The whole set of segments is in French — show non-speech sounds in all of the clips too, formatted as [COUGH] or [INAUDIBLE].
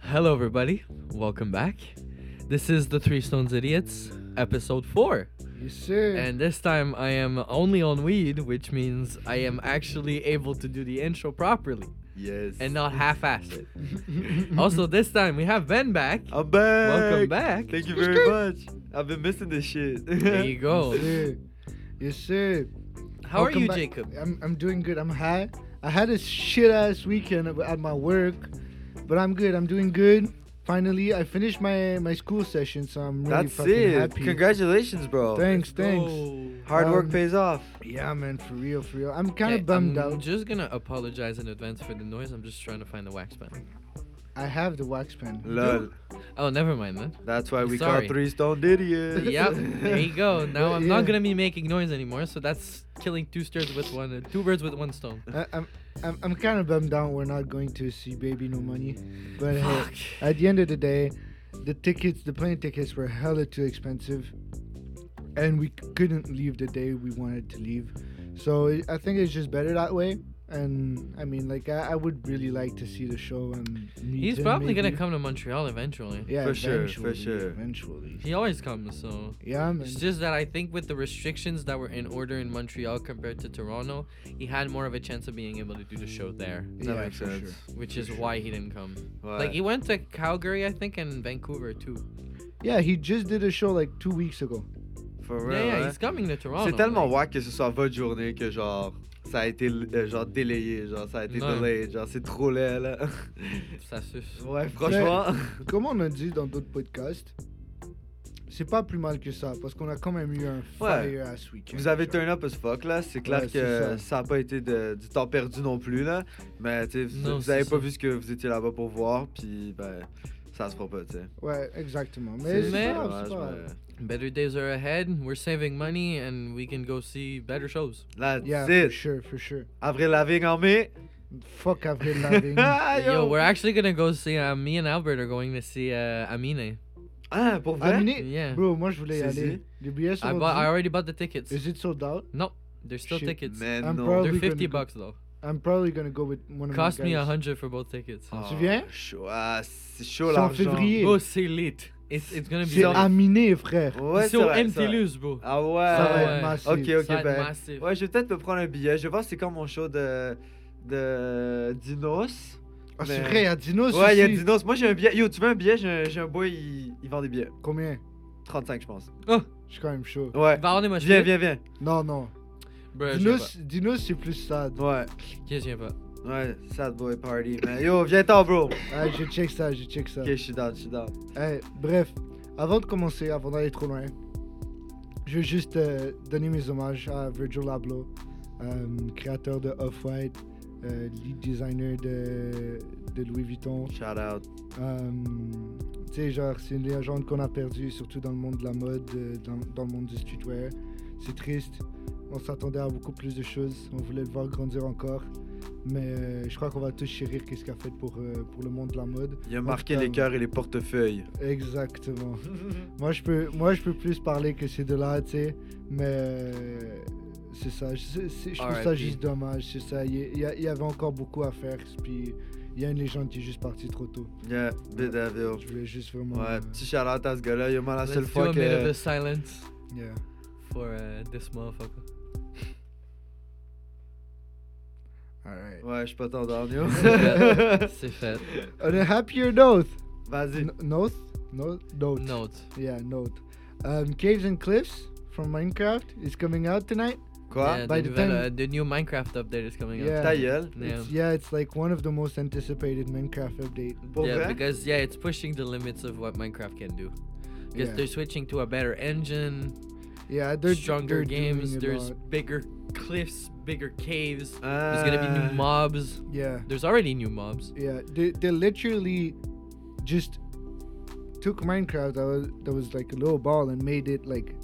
Hello, everybody. Welcome back. This is the Three Stones Idiots, episode four. Yes, sir. And this time I am only on weed, which means I am actually able to do the intro properly [LAUGHS] Yes. and not half ass [LAUGHS] it. [LAUGHS] also, this time we have Ben back. Oh, I'm back. Welcome back. Thank you very much. I've been missing this shit. [LAUGHS] There you go. Yes, sir. Yes, sir. How Welcome are you, back. Jacob? I'm, I'm doing good. I'm high. I had a shit ass weekend at- at my work, but I'm good. I'm doing good. Finally, I finished my, my school session, so I'm really That's fucking it. happy. Congratulations, bro. Thanks, thanks. Hard Um, work pays off. Yeah, man, for real, for real. I'm kind of bummed I'm out. just gonna apologize in advance for the noise. I'm just trying to find the wax pen. I have the wax pen. Lol. Oh, never mind then. That's why we Sorry. call three [LAUGHS] stone [LAUGHS] idiots. yep, there you go. Now I'm Yeah. not gonna be making noise anymore, so that's killing two birds with one two birds with one stone. I, I'm, I'm, I'm kind of bummed out we're not going to see Baby No Money. But hey, Fuck. at the end of the day, the tickets, the plane tickets were hella too expensive, and we c- couldn't leave the day we wanted to leave. So I- I think it's just better that way. And I mean, like, I, I would really like to see the show and meet He's him probably gonna maybe. come to Montreal eventually. Yeah, For sure, for eventually, sure. Eventually. He always comes, so Yeah, man. it's just that I think with the restrictions that were in order in Montreal compared to Toronto, he had more of a chance of being able to do the show there, [LAUGHS] That yeah, makes for sense. Sure. which is why he didn't come. Why? Like he went to Calgary, I think, and Vancouver too. Yeah, he just did a show like two weeks ago. For real. eh? Yeah, yeah, hein? he's coming to Toronto. C'est tellement like- wack que ce soit votre journée que genre ça a été euh, genre délayé, genre ça a été Non. delayed, genre c'est trop laid là. [LAUGHS] Ça suce. ouais, franchement. Comme on a dit dans d'autres podcasts, c'est pas plus mal que ça parce qu'on a quand même eu un Ouais. fire ass weekend. Vous avez genre. turn up as fuck là, c'est clair Ouais, c'est que ça. ça n'a pas été de- du temps perdu non plus là, mais tu sais, vous- Non, vous c'est avez pas ça. vu ce que vous étiez là-bas pour voir, puis ben ça se fera pas, tu sais. Ouais, exactement. Mais c'est Mais- pas grave, dommage, c'est pas grave. mais- Better days are ahead. We're saving money and we can go see better shows. That's Yeah, for it. sure, for sure. Avril Lavigne en mai. Fuck Avril [LAUGHS] Lavigne. Ah, Yo, we're actually gonna go see. Uh, me and Albert are going to see uh, Amine. Ah, pour vrai? Amené, Yeah, bro, moi je voulais y C'est- aller. Les billets sont I bought. I vendus. already bought the tickets. Is it sold out? There's still Shit, tickets. Mais I'm non. They're proud. Probably gonna fifty go- bucks though. I'm probably gonna go with one of Cost my guys. Oh, me a hundred for both tickets. Ah, Tu viens? chaud. Ah, c'est chaud C'est en l'argent. février. Oh, c'est lit. It's it's gonna be. C'est lit. aminé, frère. Ouais, It's c'est so vrai, empty c'est vrai. loose, bro. Ah Ça va ouais. ouais. être massif. Ok, ok, Side ben. massive. Ouais, je vais peut-être me prendre un billet. Je vais voir c'est quand mon show de. de. Dinos. Ah, c'est mais- vrai, il y a Dinos ouais, il y a aussi. Dinos. Moi, j'ai un billet. Yo, tu veux un billet? J'ai un, j'ai un boy, il, il vend des billets. Combien 35, je pense. Je suis quand même chaud. Ouais. Va on est moche. Viens, viens, viens. Non, non. Bro, je viens pas. Dinos, Dinos c'est plus sad. Ouais. Ok, je viens pas. Ouais, sad boy party, man. Yo, viens t'en, bro. Ok, Ah, je check ça, je check ça. je suis down, je suis down. Eh, bref, avant de commencer, avant d'aller trop loin, je veux juste euh, donner mes hommages à Virgil Abloh, euh, créateur de Off-White, euh, lead designer de, de Louis Vuitton. Shout out. Euh, tu sais, genre, c'est une légende qu'on a perdue, surtout dans le monde de la mode, euh, dans, dans le monde du streetwear. C'est triste. On s'attendait à beaucoup plus de choses. On voulait le voir grandir encore. Mais euh, je crois qu'on va tous chérir qu'est-ce qu'il a fait pour, euh, pour le monde de la mode. Il a marqué tout cas, les cœurs et les portefeuilles. [LAUGHS] Exactement. Moi je peux, moi je peux plus parler que ces deux-là, tu sais, mais euh, c'est ça. Je, c'est- c'est- je trouve ça R.I.P.. juste dommage, c'est ça. Il y, il y a- il y avait encore beaucoup à faire, puis il y a une légende qui est juste partie trop tôt. Yeah, big devil. Je voulais juste vraiment. Ouais, euh, petit shout out à ce gars-là. Yo, man, la Let's seule do fois a minute que. of silence yeah. for uh, this motherfucker. Alright. Ouais, je suis pas ton down, yo. [LAUGHS] C'est fait. On a happier note. Vas-y. N- Note. Note. Note. Note. Yeah, note. Um, Caves and Cliffs from Minecraft is coming out tonight. Quoi? Yeah, By the, the nouvelle, time- uh, the new Minecraft update is coming Yeah. out. Ta gueule. Yeah. It's, yeah, it's like one of the most anticipated Minecraft update. Pour yeah, vrai? because yeah, it's pushing the limits of what Minecraft can do. Because Yeah. they're switching to a better engine, Yeah, they're stronger they're doing games. a There's lot. bigger cliffs, bigger caves. There's gonna be Ah. new mobs. Yeah. There's already new mobs. Yeah, they, they literally just took Minecraft that was, that was like a little ball and made it like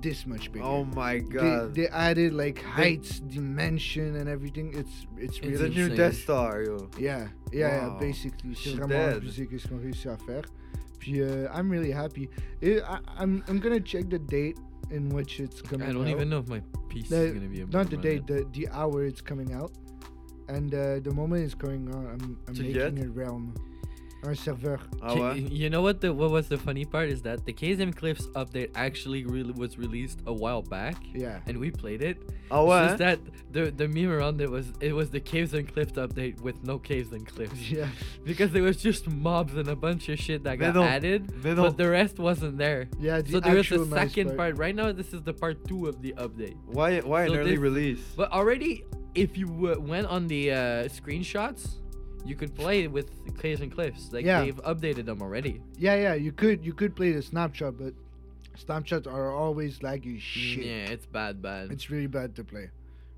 this much bigger. Oh my they, god. they added like heights, dimension, and everything. It's it's It's It's a really new insane. Death Star, yo. yeah yeah, yeah Wow. basically She c'est vraiment dead. abusé qu'est-ce qu'on réussit à faire. Puis euh, I'm really happy. It, I, I'm I'm gonna check the date in which it's coming. I don't out. even know if my piece The- is gonna be able Not to the run date, it. the the hour it's coming out, and uh, the moment it's going on, I'm I'm To making get? a realm. I'm un serveur. Ah K- ouais? You know what the what was the funny part is that the KSM Cliffs update actually really was released a while back. Yeah. And we played it. Ah It's just ouais? hein? that the the meme around it was it was the caves and cliffs update with no caves and cliffs [LAUGHS] [LAUGHS] Yeah. because there was just mobs and a bunch of shit that Mais got non. added, Mais non. but the rest wasn't there. Yeah, the so there is actual a nice second part. part. Right now, this is the part two of the update. Why, why an So early this- release? But already, if you w- went on the uh, screenshots, you could play it with caves and cliffs. Like Yeah. they've updated them already. Yeah, yeah, you could you could play the snapshot, but snapshots are always laggy as shit. Yeah, it's bad, bad. It's really bad to play,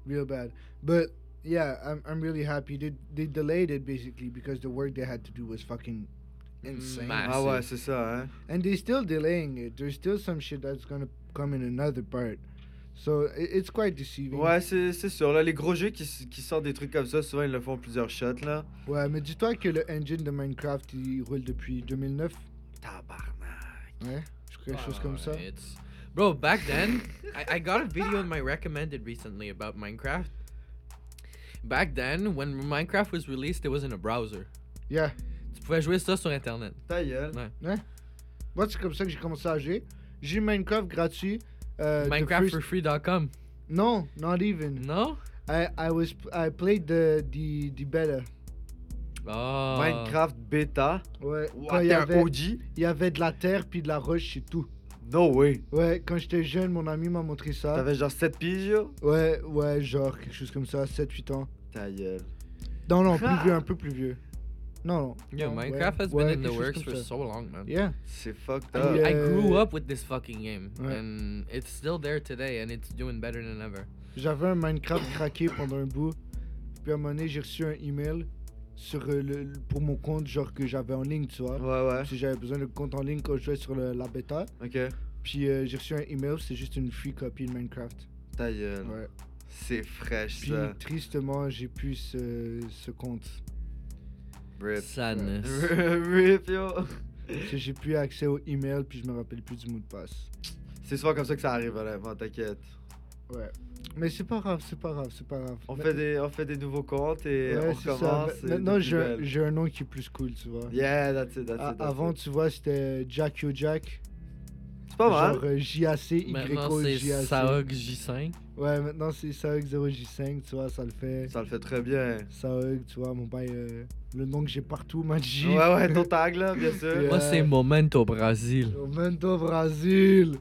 real bad. But yeah, I'm, I'm really happy they they delayed it basically because the work they had to do was fucking insane, Massive. ah ouais, c'est ça, hein? and they're still delaying it. There's still some shit that's gonna come in another part, so i- it's quite deceiving. Ouais, c'est c'est sûr. Là, les gros jeux qui, s- qui sortent des trucs comme ça, souvent, ils le font plusieurs shots, là. Ouais, mais dis-toi que le engine de Minecraft il roule depuis 2009, Tabarnak. ouais, quelque chose comme ça. It's- Bro, back then, I, I got a video in my recommended recently about Minecraft. Back then, when Minecraft was released, it was in a browser. Yeah, Tu pouvais jouer ça sur internet. Ta gueule. Ouais. moi c'est comme ça que j'ai commencé à jouer. J'ai eu Minecraft gratuit. euh, the Minecraft first- for free.com. No, not even. No? I I was I played the the the beta. Oh. Minecraft bêta. Ouais. Quand What, il y t'es un avait OG? il y avait de la terre puis de la roche et tout. No way. Ouais, quand j'étais jeune, mon ami m'a montré ça. T'avais genre 7 piges, yo? Ouais, ouais, genre quelque chose comme ça, 7 8 ans. Ta gueule. Non non, plus Ah. vieux, un peu plus vieux. Non non. Yo, non, ouais, Minecraft has ouais, been in quelque the chose works comme for ça. so long, man. Yeah. C'est fucked I, Ah, up. I grew Yeah. up with this fucking game, Ouais. and it's still there today, and it's doing better than ever. J'avais un Minecraft craqué pendant un bout. Puis à un moment donné, j'ai reçu un email sur euh, le, le- pour mon compte genre que j'avais en ligne, tu vois. Ouais, ouais. Si j'avais besoin de compte en ligne quand je jouais sur le- la bêta. Ok. Puis euh, j'ai reçu un email, c'est juste une free copy de Minecraft. Ta gueule. Ouais. C'est fraîche, Puis ça. tristement, j'ai plus ce, ce compte. [LAUGHS] Rip. [LAUGHS] Sadness. Rip, yo. Parce que j'ai plus accès au email, puis je me rappelle plus du mot de passe. C'est souvent comme ça que ça arrive, honnêtement, t'inquiète. Ouais. Mais c'est pas grave, c'est pas grave, c'est pas grave. On, Ma- fait des, on fait des nouveaux comptes et Ouais, on c'est ça. recommence. Ma- et Maintenant, de plus j'ai un- belle. j'ai un nom qui est plus cool, tu vois. Yeah, that's it, that's A- it. that's avant, it. tu vois, c'était Jack Yo Jack. c'est pas mal. Genre euh, JAC, [LAUGHS] Maintenant, c'est YO, JAC. Saog J5. Ouais, maintenant, c'est Saog 0J5, tu vois, ça le fait. Ça le fait très bien. Saog, tu vois, mon bail, euh, le nom que j'ai partout, ma G. Ouais, ouais, ton tag, là, bien sûr. Yeah. Moi, c'est Momento Brasil. Mento Brasil.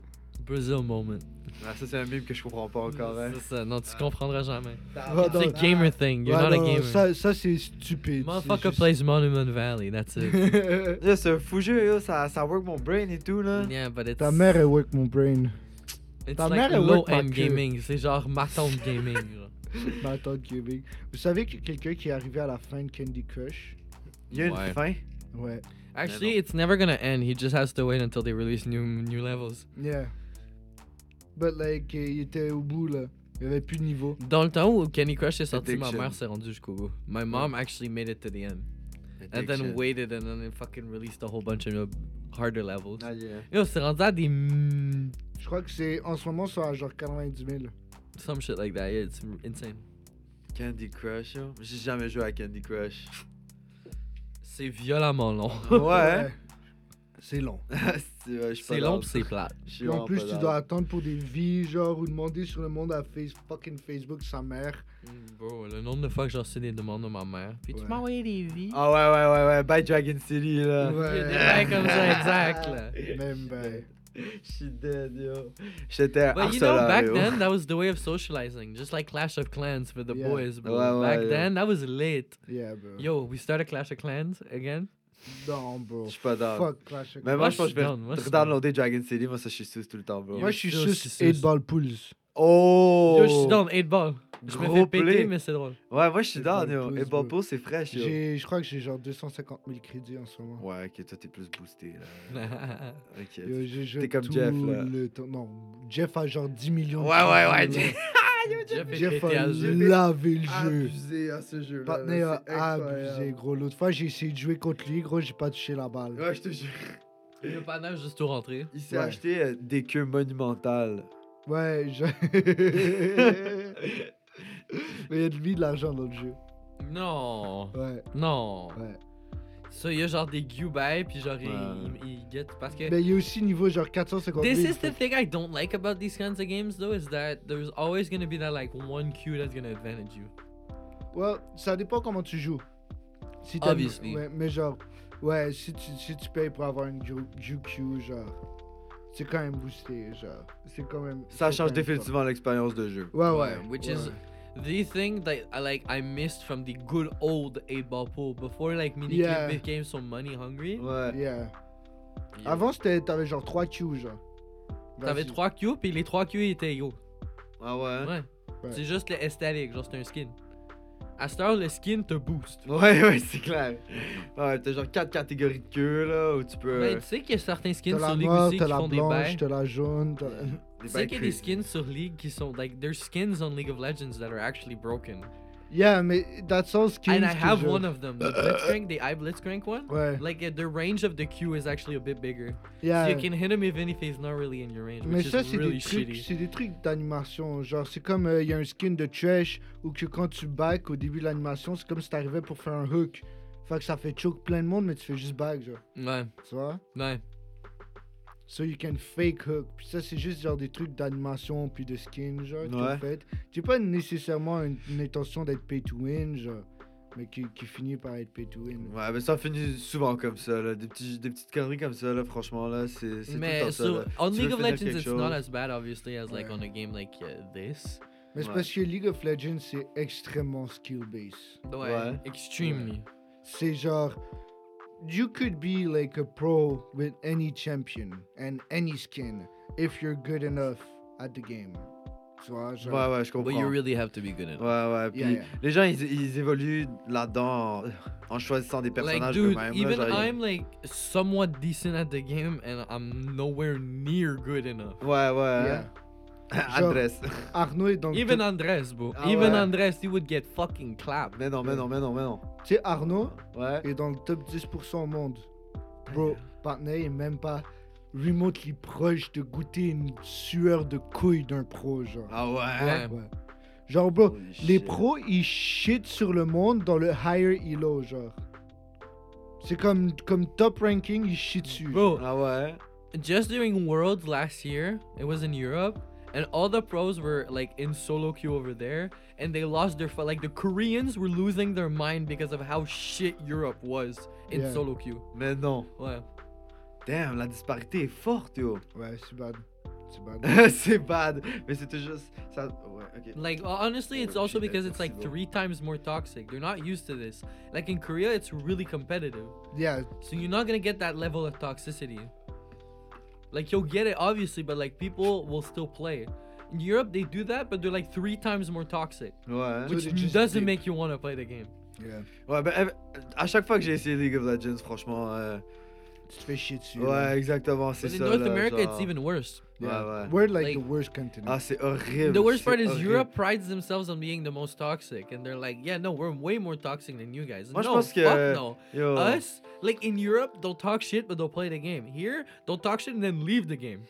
Brazil Moment. Ah, ça, c'est un meme que je comprends pas encore. Hein. C'est ça, non, tu comprendras jamais. Ah, It's a non. gamer thing. You're Ouais, not a non, gamer. Ça, ça c'est stupide. Motherfucker c'est plays Monument Valley. That's it. [LAUGHS] juste- Yeah, c'est un fou jeu, yo, ça, ça work mon brain et tout, là. yeah, but it's Ta mère, elle work mon brain. [LAUGHS] it's ta like mère, elle low work ma end queue. gaming. C'est genre ma tante gaming. genre. Ma tante Québec. Vous savez que quelqu'un qui est arrivé à la fin de Candy Crush Il y a une Ouais. fin. Ouais. Actually, it's never gonna end. He just has to wait until they release new new levels. Yeah. But like, euh, il était au bout là. Il n'y avait plus de niveau. Dans le temps où Candy Crush est sorti, ma Addiction. mère s'est rendue jusqu'au bout. My mom actually made it to the end and then waited and then it fucking released a whole bunch of harder levels. Ah, yeah. Yo, c'est rendu à des mm, Je crois que c'est en ce moment, c'est à genre 90 000. some shit like that. Yeah, it's insane. Candy Crush, yo. J'ai jamais joué à Candy Crush. [LAUGHS] C'est violemment long. Mm. [LAUGHS] Ouais, hein. C'est long. c'est ouais, je suis pas C'est long, down. pis c'est plate. Je suis Puis en vraiment plus, pas tu down. dois attendre pour des vies, genre, ou demander sur le monde à face, fucking Facebook sa mère. Bro, le nombre de fois que j'ai reçu des demandes de ma mère. Puis tu Ouais. m'as envoyé des vies. Ah, ouais, ouais, ouais, ouais. Bye Dragon City, là. Il y a des Ouais. bails comme ça, exact. [LAUGHS] Là. Même ben. Je suis dead, yo. J'étais un But you know, harceleur, back yo. then, that was the way of socializing. Just like Clash of Clans for the Yeah. boys, bro. Ouais, ouais, back yeah. then, that was lit. Yeah, bro. Yo, we started Clash of Clans again. Non, bro. Je suis pas down. Fuck Clash of Mais Clans. moi, Moi, je pense que je vais je suis down, moi, je suis redownloader Dragon City. Moi, ça, je suis sous tout le temps, bro. Moi, je suis Yo, juste c'est- 8 ball pools. Oh! Yo, je suis down, 8 balles. Je me Gros fais péter, play. mais c'est [LAUGHS] drôle. Ouais, moi, je suis C'est down, pas yo. le Et plus, Bobo, bro. c'est fraîche, yo. J'ai- Je crois que j'ai genre 250 000 crédits en ce moment. Ouais, ok, toi, t'es plus boosté, là. Yo, Ok. Yo, je joue comme tout Jeff, là. le temps- Non, Jeff a genre 10 millions de Ouais, ouais, ouais, crédits, [LAUGHS] là. Ah, Jeff est Jeff pété a à Jeff. jeu. lavé le jeu. Abusé à ce jeu-là. Partner là, a c'est incroyable. abusé, gros. L'autre fois, j'ai essayé de jouer contre lui, gros, j'ai pas touché la balle. Ouais, je te jure. Le panneau, juste tout rentré. Il s'est Ouais. acheté euh, des queues monumentales. Ouais, [LAUGHS] [LAUGHS] je... Mais il y a de lui de l'argent dans le jeu. Non, Ouais, non. ouais. Ça, il y a genre des Gubay, puis genre, ils- Ouais. ils, ils get- Parce que. Mais il y a aussi niveau genre 450 000. This is the thing I don't like about these kinds of games, though, is that there's always gonna be that like one queue that's gonna advantage you. Well, ça dépend comment tu joues. Si t'as- Obviously. Ouais, mais genre, ouais, si tu, si tu payes pour avoir une GQ, genre, c'est quand même boosté, genre. C'est quand même. Ça c'est change quand même définitivement l'expérience de jeu. fort. Ouais, Ah ouais. Ouais, which ouais. is- The thing that I like I missed from the good old eight ball pool before like mini Yeah. became so money hungry. Ouais. Yeah. Avant, c'était- t'avais genre 3 Q, genre. T'avais Vas-y. 3 Q, puis les 3 Q étaient égaux. Ah ouais. hein? Ouais. C'est juste le aesthetic, genre c'est un skin. À cette heure, le skin te boost. Ouais, ouais, c'est clair. Ouais, t'as genre 4 catégories de queue, là, où tu peux. Mais euh, tu sais qu'il y a certains skins T'as sur la League mort, aussi qui t'as la font des bails. blanche, t'as la jaune, t'as la- des Tu sais bails qu'il y a des crazy. skins sur League qui sont like there's skins on League of Legends that are actually broken. [LAUGHS] Yeah, mais that's all skins. And I que have je- one of them. The Blitzcrank, the eye Blitzcrank one. Ouais. Like uh, the range of the Q is actually a bit bigger. Yeah. So you can hit him if anything's not really in your range, Ah, Mais which ça, is c'est really des trucs, shitty. c'est des trucs d'animation. Genre, c'est comme euh, il y a un skin de trash où que quand tu back au début de l'animation, c'est comme si t'arrivais pour faire un hook. Fait que ça fait choke plein de monde, mais tu fais juste back, genre. Ouais, Tu vois? ouais. So you can fake hook. Puis ça, c'est juste genre des trucs d'animation puis de skin, genre, que Ouais. vous faites. J'ai pas nécessairement une, une intention d'être pay to win, genre, mais qui, qui finit par être pay to win. Ouais, mais ça finit souvent comme ça, là. Des, petits, des petites conneries comme ça, là, franchement, là, c'est c'est tout le temps Mais ça. so là. on Tu League veux of finir Legends, quelque it's not chose. as bad obviously as like Ouais. on a game like uh, this. Mais c'est Ouais. parce que League of Legends, c'est extrêmement skill-based. Ouais. uh, Ouais. Extremely. c'est genre you could be like a pro with any champion and any skin if you're good enough at the game. Tu vois, genre. Ouais, ouais, je comprends. But you really have to be good at it. Ouais, ouais. Puis Yeah, yeah. les gens, ils, ils évoluent là-dedans en, en choisissant des Like personnages dude, eux-mêmes. là, even genre, ils- I'm like somewhat decent at the game and I'm nowhere near good enough. Ouais, ouais. Yeah. hein. [LAUGHS] Adresse. Arnaud est dans le Even top- Andres, bro. Ah Even ouais. Andres, he would get fucking clapped. Mais non, mais Ouais. non, mais non, mais non. tu sais, Arnaud Ouais. est dans le top 10% au monde. Bro, partner est même pas remotely proche de goûter une sueur de couille d'un pro, genre. Ah Ouais. ouais. Ouais. Hein? Genre, bro, Holy Les shit. pros, ils shit sur le monde dans le higher elo, genre. C'est comme, comme top ranking, ils shit dessus. Bro, Ah ouais. just during Worlds last year, it was in Europe, and all the pros were like in solo queue over there, and they lost their fu- like the Koreans were losing their mind because of how shit Europe was in Yeah. solo queue. Mais non. Ouais. Damn, la disparité est forte, yo. [LAUGHS] Ouais, c'est bad. C'est bad. [LAUGHS] c'est bad. Mais c'était juste. Ça... Ouais, ok. Like uh, honestly, it's Oh, also shit, because that's it's like possible. three times more toxic. They're not used to this. Like in Korea, it's really competitive, yeah, so you're not gonna get that level of toxicity. Like you'll get it obviously, but like people will still play. In Europe, they do that, but they're like three times more toxic. Ouais. hein. Oui. which they just doesn't dip. make you want to play the game. yeah. Ouais, ben, euh, à chaque fois que j'ai essayé League of Legends, franchement. euh, Tu te fais shit dessus. là. Ouais, exactement, c'est But in ça. North là, America, genre. it's even worse. Ouais, ouais. We're like, Like- the worst continent. Ah, c'est horrible. the worst c'est part is horrible. Europe prides themselves on being the most toxic, and they're like, "Yeah, no, we're way more toxic than you guys." Moi, je no, pense que- fuck no. Yo. Us, like in Europe, they'll talk shit but they'll play the game. Here, they'll talk shit and then leave the game.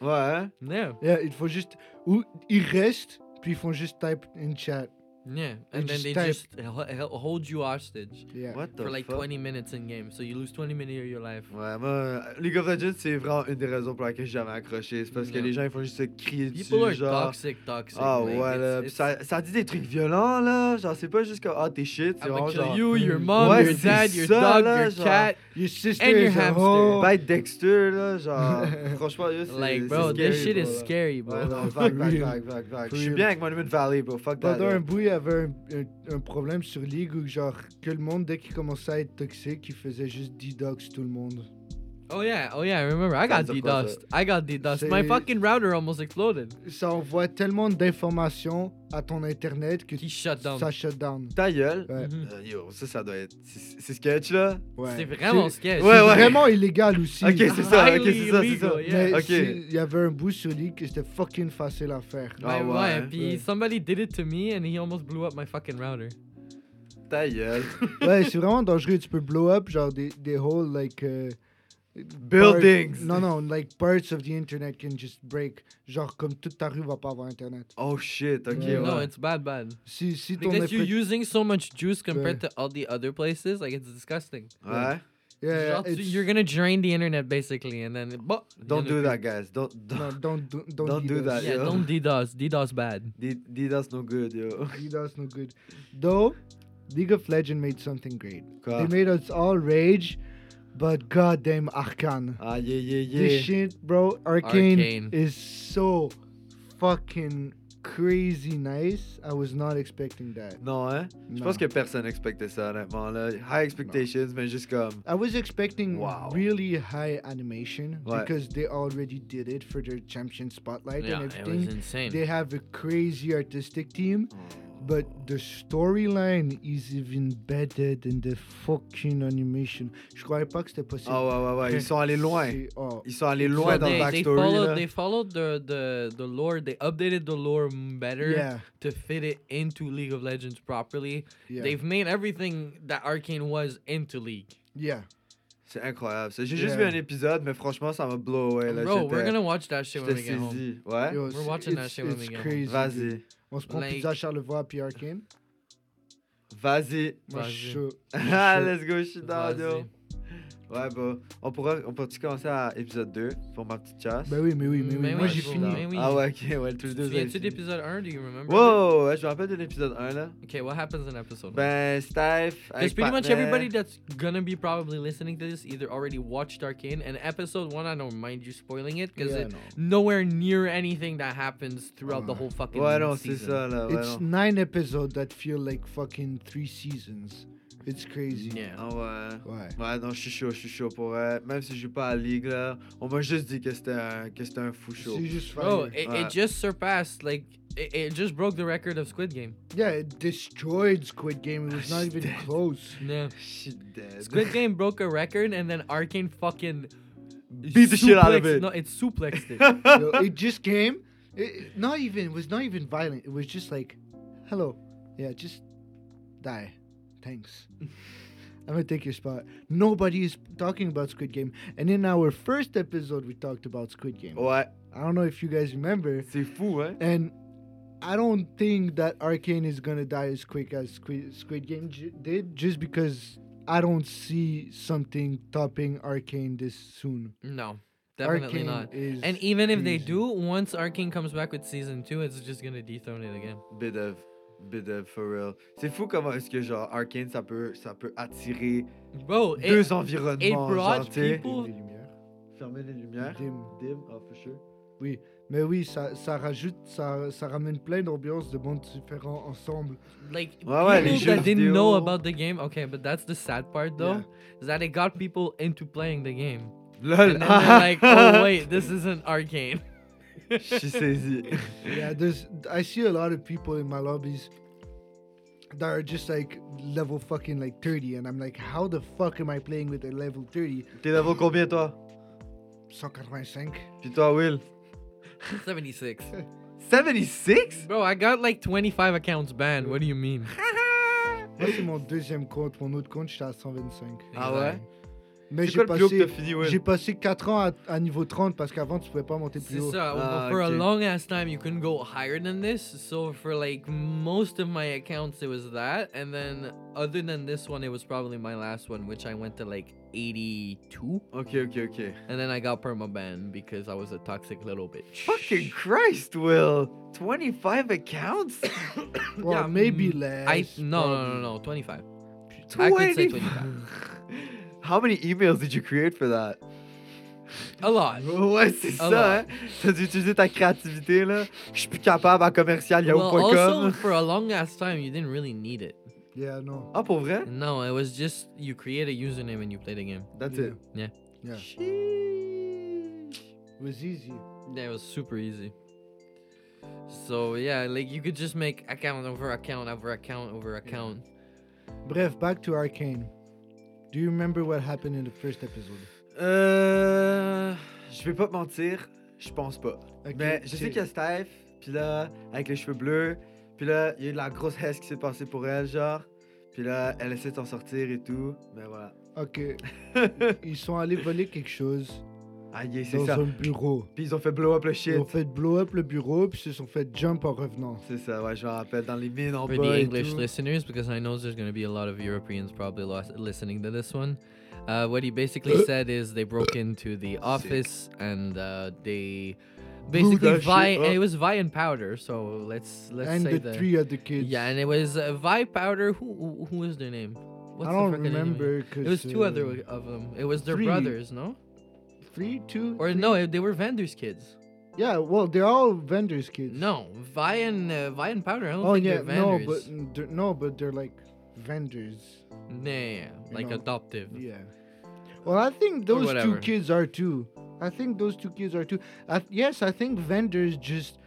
Ouais, hein. Yeah, Yeah, il faut juste. Ou ils restent, puis ils font juste type in chat. yeah, and then just they type- just ho- ho- hold you hostage Yeah. What the for like fuck? 20 minutes in game, so you lose 20 minutes of your life. Ouais, moi, euh, League of Legends, c'est vraiment une des raisons pour laquelle j'ai jamais accroché. C'est parce que Non. les gens, ils font juste se crier dessus. People are genre. toxic, toxic. Ah like, ouais, là. Puis it's- it's- ça, ça dit des trucs violents, là. Genre, c'est pas juste que, ah, t'es shit. C'est I'm vraiment gonna kill genre. you, your mom, Ouais, your c'est dad, your ça, dog, là, your genre. cat. Your sister And your is a hamster. hoe. Bite Dexter, là. [LAUGHS] Genre, franchement, yo, c'est. Like, c'est bro, scary, this shit bro, is là. scary, bro. Ouais, non, For vague, vague, [LAUGHS] real. vague, vague, vague. Je For suis real. bien avec Monument Valley, bro. Fuck that. Pendant là. un bout, il y avait un, un- un problème sur League où, genre, que le monde, dès qu'il commençait à être toxique, il faisait juste dedox tout le monde. Oh yeah, oh yeah, I remember. I got Sounds of DDoSed. course, I got DDoSed. My Say- fucking router almost exploded. Ça envoie tellement d'informations à ton internet que He shut down. ça shut down. Ta gueule. Ouais. Mhm. Euh, Yo, ça, ça doit être. c'est- C'est sketch, là. Ouais. C'est vraiment C'est- sketch. c'est Ouais, ouais. vraiment illégal aussi. Ok, [LAUGHS] c'est ça, ok, Highly c'est ça, c'est illegal, ça. yeah. Mais Ok. c'est- il y avait un bout sur League que c'était fucking facile à faire. Ah My ouais, wife, hein. he- Ouais. somebody did it to me and he almost blew up my fucking router. Ta gueule. [LAUGHS] Ouais, c'est vraiment dangereux. Tu peux blow up genre des, des holes like euh, Buildings. Non, non, like parts of the internet can just break. Genre comme toute ta rue va pas avoir internet. Oh shit, ok, Yeah. No, ouais. it's bad, bad. Si, si ton Because you're effet- using so much juice compared to all the other places, like it's disgusting. Ouais. Genre, Yeah, yeah, tu- you're it's- gonna drain the internet basically, and then but Don't do that, guys. Don't, don't. No, don't do, don't, Don't do do that, Yeah, yo. don't DDoS. DDoS bad. Did, did us no good, yo. Adidas no good. Though, League of Legends made something great. Quoi? They made us all rage, but goddamn Arcane. Ah, yeah, yeah, This yeah. shit, bro, Arcane, Uh, Arcane. is so fucking crazy nice. I was not expecting that. Non, hein? Je Non. pense que personne n'expectait ça, honnêtement. Là. High expectations, mais juste comme. I was expecting Wow. really high animation Ouais. because they already did it for their champion spotlight Yeah, and it was everything. insane. They have a crazy artistic team, but the storyline is even better than the fucking animation. Je croyais pas que c'était possible. Ah, ouais, ouais, ouais. Ils sont allés loin. C'est- oh. Ils sont allés So loin dans they, le they backstory. followed là. they followed the, the the lore. They updated the lore m- better Yeah, to fit it into League of Legends properly. yeah, They've made everything that Arcane was into League. yeah. C'est incroyable. ça. J'ai juste vu Yeah. un épisode, mais franchement, ça m'a blow away. Là. Bro, we're J'étais- gonna watch that shit when J'étais we get home. saisi. Ouais? Yo, We're c'est- watching that it's- shit when it's we get home. crazy, dude. Vas-y. On se prend Like- pizza Charlevoix puis Arcane. Vas-y. Moi, [LAUGHS] je suis chaud. [LAUGHS] Ah, Let's go, je suis down, Vas-y. yo. Ouais, bah, on pourrait, on pourrait commencer à épisode 2 pour ma petite chasse. Ben oui, mais oui, mais oui. Mais Moi, oui, j'ai je fini. vois. Mais oui. Ah ouais, ok, ouais, tous Tu les deux. viens-tu avez fini. d'épisode 1? Do you remember? Wow, ouais, je me rappelle de l'épisode 1 là. Okay, what happens in episode one? Ben, Steph. Because avec pretty much Patnet. everybody that's gonna be probably listening to this either already watched Arcane, and episode one, I don't mind you spoiling it because Yeah, it's no. nowhere near anything that happens throughout the Ouais. whole fucking Ouais, non, c'est season. ça là. Ouais, It's non. nine episodes that feel like fucking three seasons. It's crazy. Yeah. Ah ouais. Ouais. Ouais, non, je suis chaud, je suis chaud pour vrai. Même si je joue pas à la ligue là, on m'a juste dit que c'était un, que c'était un fou chaud. C'est juste fire. Bro, it, Ouais. it just surpassed like it, it just broke the record of Squid Game. Yeah, it destroyed Squid Game. It [LAUGHS] was not even Dead. close. Yeah. Je suis dead. Squid Game broke a record, and then Arcane fucking Beat the shit out of suplexed- it. No, it suplexed [LAUGHS] it. Yo, it just came. It, not even. It was not even violent. It was just like, hello. Yeah, just die. Thanks. [LAUGHS] I'm gonna take your spot. Nobody is talking about Squid Game. And in our first episode, we talked about Squid Game. Oh. ouais, I don't know if you guys remember. c'est fou, hein. And I don't think that Arcane is gonna die as quick as Squid, Squid Game j- did, just because I don't see something topping Arcane this soon. No, definitely Arcane not. Is And even if they crazy. do, once Arcane comes back with season two, it's just gonna dethrone it again. Bit of, bit of for real. C'est fou comment est-ce que genre Arkane ça peut, ça peut attirer Bro, it, deux environnements. brought genre, tu sais. people- Dim les lumières. Fermer les lumières. Dim. Dim, oh, for sure. Mais oui, ça, ça rajoute, ça, ça ramène plein d'ambiances de mondes différents [LAUGHS] ensemble. like Ouais, ouais, les people jeux that didn't know vidéo. about the game. Okay, but that's the sad part though, is that it got people into playing the game. LOL. And then they're like, oh wait, this isn't Arcane. [LAUGHS] [LAUGHS] Je suis saisi. Yeah, there's I see a lot of people in my lobbies that are just like level fucking like 30 and I'm like how the fuck am I playing with a level 30? T'es level combien toi 185. Puis toi, Will 76. [LAUGHS] 76 Bro, I got like 25 accounts banned. What do you mean? Moi, c'est mon deuxième compte. Mon autre compte, j'étais à 125. Ah ouais Mais C'est j'ai quoi le plus haut que passé, t'as fini, j'ai Will passé 4 ans à, à niveau 30 parce qu'avant, tu pouvais pas monter plus C'est haut. ça. Ah, uh, for okay. a long ass time, you couldn't go higher than this. So for like most of my accounts, it was that, and then other than this one, it was probably my last one, which I went to like 82, Ok, ok, ok. and then I got perma banned because I was a toxic little bitch. Fucking Christ, Will 25 accounts Well, Yeah, maybe mm, less. I no no no probably. no 25. [LAUGHS] I could say 20 25. How many emails did you create for that A lot. [LAUGHS] Ouais, c'est Ah ça, hein. bah. T'as dû utiliser ta créativité, là. Je suis plus capable à commercial Well, also yahoo.com. for a long ass time, you didn't really need it. Yeah, no. Ah, pour vrai? No, it was just you create a username and you play the game. That's Yeah. it. Yeah. Yeah. Sheesh. It was easy. Yeah, it was super easy. So yeah, like you could just make account over account over account over account. Bref, back to Arcane. Do you remember what happened in the first episode? Euh. Je vais pas te mentir, je pense pas. Ok, Mais Ben, je sais c'est- qu'il y a Steph, puis là, avec les cheveux bleus, puis là, il y a eu de la grosse hesse qui s'est passée pour elle, genre. Puis là, elle essaie de s'en sortir et tout. Mais voilà. Ok. [LAUGHS] Ils sont allés voler quelque chose Aïe, c'est dans ça. un bureau. Puis ils ont fait blow up le Ils shit. ont fait blow up le bureau, puis se sont fait jump en revenant. C'est ça, ouais, je me rappelle. Dans les mines Oh, en For bas the et English tout. listeners, because I know there's going to be a lot of Europeans probably los- listening to this one. Uh, what he [COUGHS] basically said is they broke into the office and uh, they basically that Vi. shit up. It was Vi and Powder, so let's let's and say the that. three other kids. Yeah, and it was uh, Vi Powder. Who who- who was their name? What's I don't frickin' name? remember. uh, It was two other of them. It was their three. brothers, no? Three, two. Or three? no, they were Vander's kids. Yeah, well, they're all vendors' kids. No, Vi and uh, Vi and Powder. I don't Oh think yeah, they're Vanders. no, but mm, they're, no, but they're like vendors. Nah, yeah, like know. adoptive. Yeah. Well, I think those two whatever. kids are too. I think those two kids are too. I, yes, I think vendors just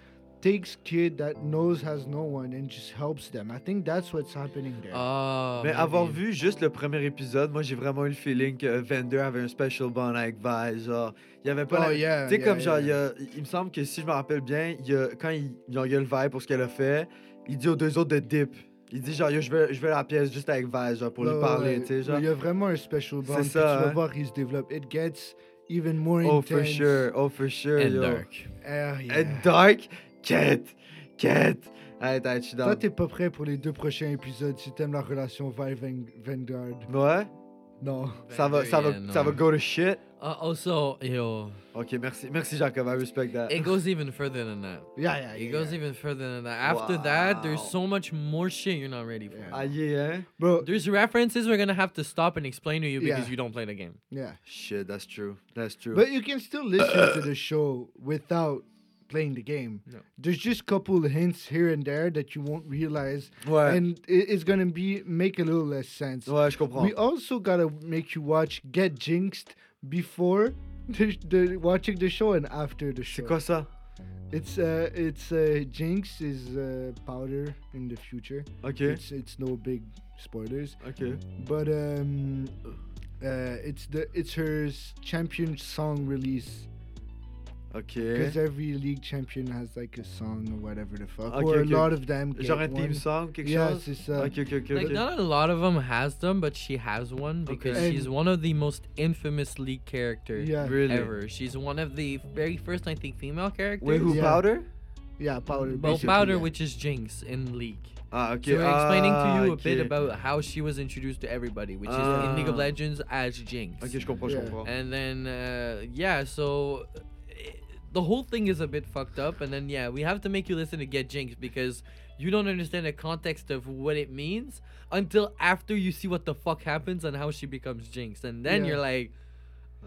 takes kid that knows has no one and just helps them. I think that's what's happening there. Ah, Oh, Mais avoir maybe. vu juste le premier épisode, moi j'ai vraiment eu le feeling que Vander avait un special bond avec Vi. Genre, il y avait pas. oh la- yeah. tu sais, yeah, comme genre, yeah. il, y a- il me semble que si je me rappelle bien, il y a- quand il, il engueule Vi pour ce qu'elle a fait, il dit aux deux autres de dip. Il dit genre, Yo, je veux, je veux la pièce juste avec Vi, genre, pour Ouais, lui ouais, parler, ouais. tu sais, genre. Il y a vraiment un special bond. C'est puis ça, Tu vas hein. voir qu'il se développe. It gets even more Oh, intense. for sure, oh, for sure, and yo. dark. Ah, yeah. And dark, quête, quête. Hey, t'as- je suis dans. Toi, t'es pas prêt pour les deux prochains épisodes si t'aimes la relation Vi-Vanguard. Ouais, Non. [LAUGHS] ça va, ça va, Yeah, ça va no. go to shit. Uh, also, yo, Ok, merci, merci Jacob, I respect that. it goes even further than [LAUGHS] that. Yeah, yeah, It yeah, goes yeah. even further than that. After that, there's Wow. so much more shit you're not ready for. Yeah. Aïe, hein? Bro, There's references we're gonna have to stop and explain to you because Yeah. you don't play the game. yeah. Shit, that's true. That's true. But you can still listen to the show without playing the game. No. There's just couple hints here and there that you won't realize, ouais. and it, it's gonna be make a little less sense. Ouais, je comprends. We also gotta make you watch Get Jinxed before [LAUGHS] the, the watching the show and after the show. C'est quoi ça? It's uh, it's uh, Jinx is uh, powder in the future. Ok, It's it's no big spoilers, ok. but um, uh, it's the it's her s- champion song release. Ok. Because every league champion has like a song or whatever the fuck. Okay, or okay. a lot of them. Get Genre un one. theme song, quelque yeah, chose? c'est ça. Ok, ok, ok. Like ok. not a lot of them has them, but she has one Okay. because And- she's one of the most infamous League characters Yeah. Really? ever. She's one of the very first, I think, female characters. Wait, who Yeah. powder? Yeah, powder. Well, basically, Powder, yeah. which is Jinx in League. Ah, ok. So we're explaining ah, to you a ok. bit about how she was introduced to everybody, which is in League of Ah. Legends as Jinx. Ok, je comprends, je Yeah. comprends. And then, uh, yeah, so it, the whole thing is a bit fucked up. And then, yeah, we have to make you listen to Get Jinx because you don't understand the context of what it means until after you see what the fuck happens and how she becomes Jinx. And then Yeah. you're like,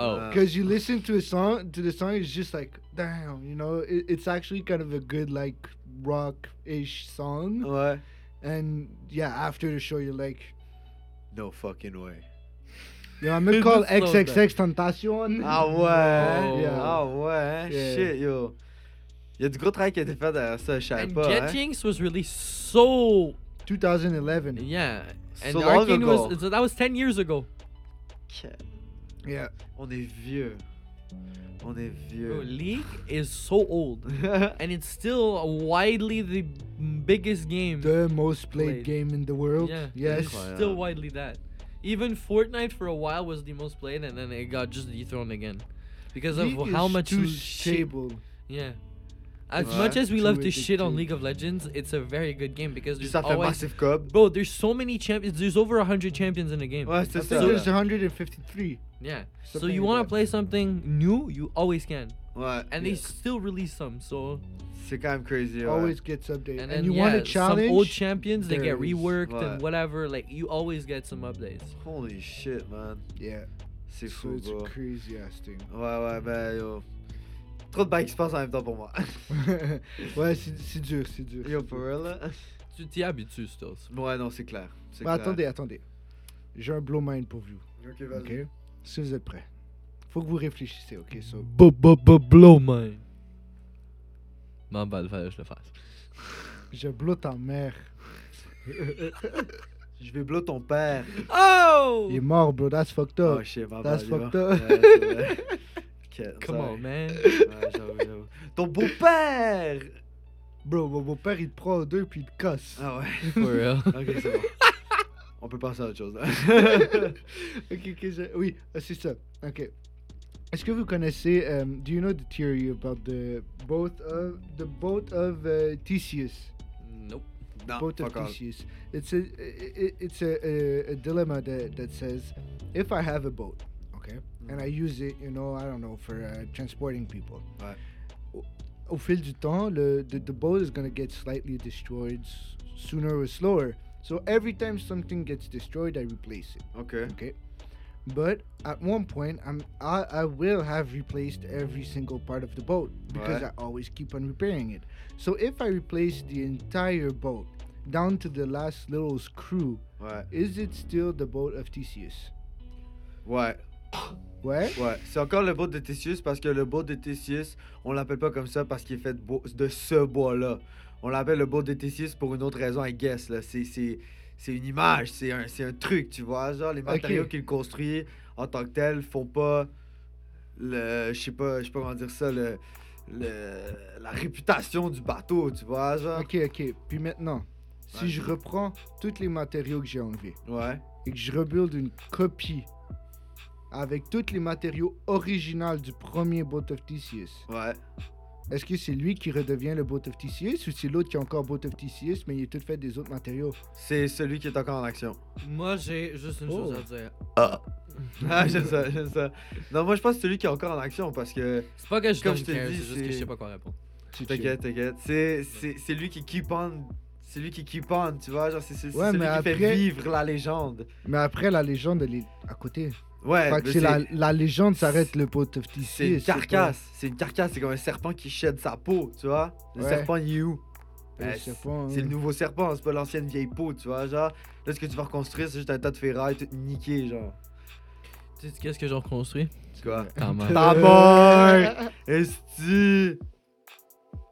oh, Uh, Because you listen to a song, to the song, it's just like, damn, you know, it, it's actually kind of a good like rock ish song. Ouais. And yeah, after the show, you're like, No fucking way. [LAUGHS] you know, I'm gonna It call just slowed down. XXX Tentacion. Ah ouais, hein? Oh. Yeah. ah ouais, hein? Yeah. shit yo. Il y a du gros travail qui a été fait derrière ça, je savais and pas. Get hein. Jinx was released so 2011. yeah, and So long Arcane ago. was so that was ten years ago. Yeah. On est vieux. On est Bro, [LAUGHS] vieux. League is so old, and it's still widely the biggest game. The most Played. played game in the world. Yeah. Yes. It's still widely that. Even Fortnite for a while was the most played, and then it got just dethroned again because of League how is much too l- shit. stable. Yeah. As It's much as we too love to shit on addictive. League of Legends, it's a very good game because Puis there's ça fait always Massive Cob. bro. There's so many champions. There's over hundred champions in the game. Ouais, I c'est think ça. there's 153. Yeah. So Something you like want that. to play something new, you always can, Ouais. and Yeah. they still release some. So C'est quand même crazy, ouais. always gets and updated. And, then you yeah, want a challenge? some old champions they There get is. reworked Ouais. and whatever. Like you always get some updates. Holy shit, man. yeah. C'est So fou, it's bro. a crazy ass [LAUGHS] thing. [LAUGHS] Ouais, ouais, ben yo. Trop de bails qui se passent en même temps pour [LAUGHS] moi. ouais, c'est c'est dur, c'est dur. yo, c'est pour dur. real, là. Tu t'y habitues, still. Ouais, non, c'est clair. C'est Mais clair. Bah, attendez, attendez. J'ai un blow mind pour vous. Ok, vas-y. Ok? Si vous êtes prêts. Faut que vous réfléchissez, ok? So, Blow mine. M'en bats le faire, je le fasse. je blow ta mère. Je vais blow ton père. [LAUGHS] Oh! Il est mort, bro. That's fucked Oh up. shit, ma That's bad, yo. fucked up. Ouais, c'est [LAUGHS] vrai. Ok, I'm Come on, [LAUGHS] sorry. man. Ouais, j'avoue, j'avoue. Ton beau-père! [LAUGHS] Bro, mon, mon père, il te prend en deux puis il te casse. [LAUGHS] Ah ouais. For real. Ok, c'est bon. On peut passer à autre chose. [LAUGHS] là. [LAUGHS] Ok, ok, je- oui, ah, c'est ça. Ok. Est-ce que vous connaissez, um, do you know the theory about the boat of, the boat of uh, Theseus? Nope. non, boat of fuck all. Theseus. It's a, i- i- it's a, a, a dilemma that, that says, if I have a boat, okay, and I use it, you know, I don't know, for uh, transporting people. Ouais. Au, au fil du temps, le, the, the boat is going to get slightly destroyed s- sooner or slower. So every time something gets destroyed, I replace it. Ok. Okay. But at one point, I'm I, I will have replaced every single part of the boat because Right. I always keep on repairing it. So if I replace the entire boat down to the last little screw, Ouais. is it still the boat of Theseus? Ouais. Ouais. Ouais. C'est encore le boat de Theseus parce que le boat de Theseus, on l'appelle pas comme ça parce qu'il est fait de, bo- de ce bois-là. On l'appelle le boat de Theseus pour une autre raison, I guess. Là. C'est, c'est, c'est une image, c'est un, c'est un truc, tu vois. Genre, les matériaux Ok. qu'il construit en tant que tels font pas le. Je sais pas, je sais pas comment dire ça, le. le- la réputation du bateau, tu vois, genre. Ok, ok. Puis maintenant, si Ouais. je reprends tous les matériaux que j'ai enlevés Ouais. et que je rebuild une copie avec tous les matériaux originaux du premier boat of Theseus, Ouais. Est-ce que c'est lui qui redevient le Boat of Theseus ou c'est l'autre qui est encore Boat of Theseus, mais il est tout fait des autres matériaux? C'est celui qui est encore en action. [LAUGHS] Moi, j'ai juste une chose Oh. à dire. Ah, j'aime ça, j'aime ça. Non, moi, je pense que c'est celui qui est encore en action parce que. C'est pas que je Comme don't je t'ai care, dit, c'est juste que je c'est- sais pas quoi répondre. Tu- tu- T'inquiète, t'inquiète. C'est, c'est, c'est lui qui keep on. C'est lui qui keep on, tu vois. Genre, c'est, c'est, c'est Ouais, celui mais qui fait après- vivre la légende. Mais après, la légende, elle est à côté. Fait Ouais, que Eh, mais c'est c'est, la, la légende s'arrête le Boat of Theseus. c'est une pas- carcasse. C'est une carcasse. C'est comme un serpent qui shed sa peau, tu vois. Le Ouais. serpent, il est où Euh, Ben, je sais pas, C'est hein. le nouveau serpent, c'est pas l'ancienne vieille peau, tu vois. Genre, là, ce que tu vas reconstruire, c'est juste un tas de ferraille, tout niqué, genre. Tu sais, qu'est-ce que j'ai [LAUGHS] reconstruit? Tu vois. Quand Euh, même. Ta mère! Esti!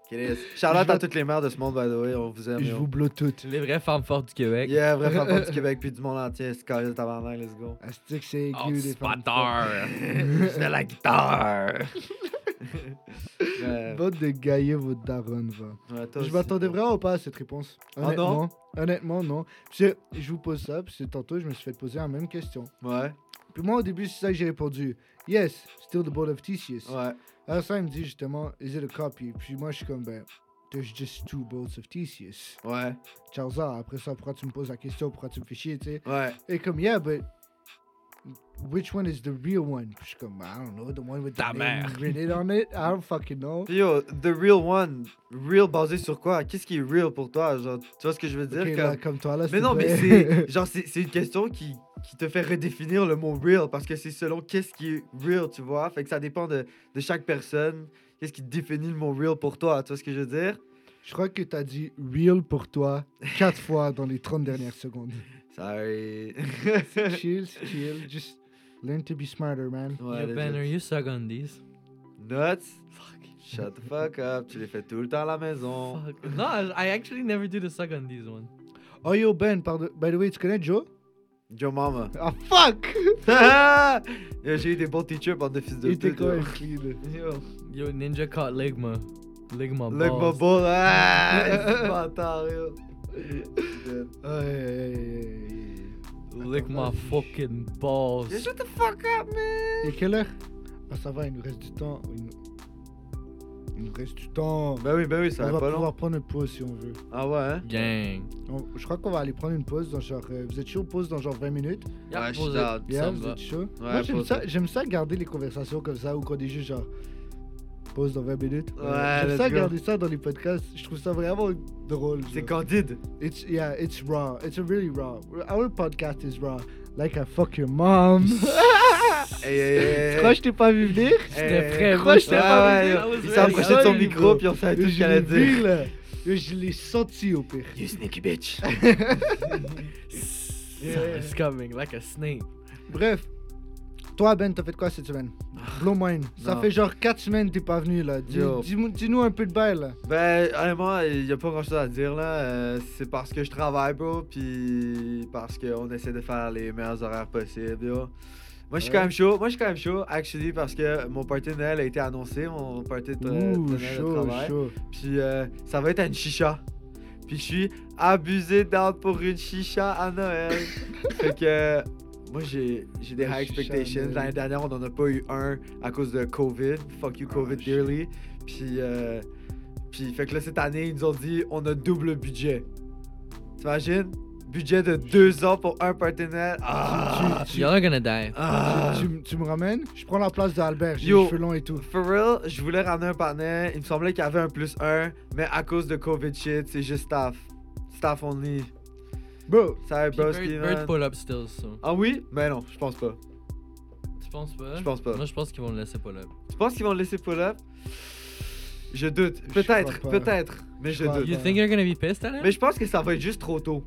Chris. Charlotte à vous- toutes les mères de ce monde, by the way, on vous aime. [LAUGHS] Je yo. vous blow toutes. euh, Les vraies femmes fortes du Québec. Yeah, vrai papa [LAUGHS] du Québec puis du monde entier, c'est carré de tabarnak, let's go. Astique, c'est Oh, aigu, les femmes. spatard. [LAUGHS] C'est la guitare! Mais, Botte de gailler votre daronne, va. ouais, toi Je aussi. m'attendais vraiment pas à cette réponse. Ah non? Honnêtement, honnêtement, non. Parce que je vous pose ça, parce que tantôt, je me suis fait poser la même question. Ouais, Puis moi, au début, c'est ça que j'ai répondu. Yes, still the boat of Theseus. ouais. Alors ça, il me dit justement, is it a copy? Puis moi, je suis comme, ben, there's just two boats of Theseus. Ouais, Charza, après ça, pourquoi tu me poses la question? Pourquoi tu me fais chier, tu sais? ouais. Et comme, yeah, but which one is the real one? Puis je suis comme, I don't know, the one with the Ta name mère. written on it? I don't fucking know. [LAUGHS] Puis yo, the real one, real basé sur quoi? Qu'est-ce qui est real pour toi? Genre, tu vois ce que je veux dire? Ok, comme- là, comme toi, là, Mais s'il te non, mais plaît. c'est genre c'est c'est une question qui, qui te fait redéfinir le mot real parce que c'est selon qu'est-ce qui est real, tu vois. Fait que ça dépend de, de chaque personne. Qu'est-ce qui définit le mot real pour toi, tu vois ce que je veux dire? [LAUGHS] Je crois que t'as dit real pour toi [LAUGHS] quatre fois dans les 30 dernières secondes. Sorry. [LAUGHS] chill, c'est chill, just learn to be smarter, man. ouais, Yo, legit. Ben, are you suck on these? Nuts. Fuck. Shut the fuck up. Tu les fais tout le temps à la maison. Fuck. No, I actually never do the suck on these one. Oh yo, Ben, pardon. By the way, tu connais Joe? Joe Mama. Ah, fuck! Yo, Ah J'ai eu des bons teachers par des fils de Il était pute. quand yo. même clean. Yo. Yo, Ninja caught Ligma. Ligma Luc balls. Bobo. Ah, [LAUGHS] c'est bâtard, yo. Aïe, aïe, aïe, aïe. Lick my fucking balls. Shut the fuck up, man. Et quelle heure Ah ça va, il nous reste du temps. Il nous, il nous reste du temps. Ben oui, ben oui, ça on va va pas pouvoir long. prendre une pause si on veut. Ah ouais, hein? Gang. On- je crois qu'on va aller prendre une pause dans genre. euh, vous êtes chaud pause dans genre 20 minutes Yeah, Ouais, je pause suis it. down. Yeah, Ça me vous va. êtes chaud Moi j'aime pause. ça, j'aime ça garder les conversations comme ça où qu'on est juste genre. Pause dans 20 minutes. Euh, Ouais, j'aime let's ça go. garder ça dans les podcasts. Je trouve ça vraiment drôle. C'est genre. candide. It's yeah, it's raw. It's really raw. Our podcast is raw. Like I fuck your mom. [LAUGHS] Hey, hey, hey, Je hey. crois que je t'ai pas vu venir. J'étais Eh, prêt, je moi, crois que j'étais Ouais, pas ouais, ready, Ah yo. I was il s'est ready. approché de son Sorry, micro, bro. puis on savait Je tout ce qu'elle allait l'ai vu dire. là. Je l'ai senti au [LAUGHS] pire. You sneaky bitch. Yeah. It's coming like a snake. Bref, toi Ben, t'as fait quoi cette semaine? Blow mine. Ça Non. fait genre 4 semaines que t'es pas venu là. Dis- Yo. dis-nous- Dis-nous un peu de bail là. Ben, honnêtement, il n'y a pas grand chose à dire là. Euh, c'est parce que je travaille, bro, puis parce qu'on essaie de faire les meilleurs horaires possibles, yo. Moi, je suis Ouais. quand même chaud. Moi, je suis quand même chaud, actually, parce que mon party de Noël a été annoncé, mon party de, de Ouh, Noël de chaud, travail. chaud. Puis euh, ça va être à une chicha. Puis je suis abusé d'art pour une chicha [LAUGHS] à Noël. fait que euh, moi, j'ai j'ai des Une high chicha à expectations. Noël. L'année dernière, on n'en a pas eu un à cause de COVID. Fuck you, Ah, COVID shit. dearly. Puis, euh, puis, fait que là, cette année, ils nous ont dit on a double budget. T'imagines? Budget de deux ans pour un partenaire. Ah! Tu- tu- Y'all are gonna die. Ah! Tu, m- tu me ramènes Je prends la place d'Albert, j'ai Yo. les cheveux longs et tout. For real, je voulais ramener un partenaire. Il me semblait qu'il y avait un plus un, mais à cause de COVID shit, c'est juste staff. Staff only. Bro, Sorry, Puis Bird, broski, Bird man. pull up still, so. Ah oui? Mais non, je pense pas. Tu penses pas Je pense pas. Hein? Moi, je pense qu'ils vont le laisser pull up. Tu penses qu'ils vont le laisser pull up? Je doute. Je Peut-être, crois pas. peut-être. Mais Je je crois doute. pas. You think you're gonna be pissed at Mais it je pense que ça va être juste trop tôt.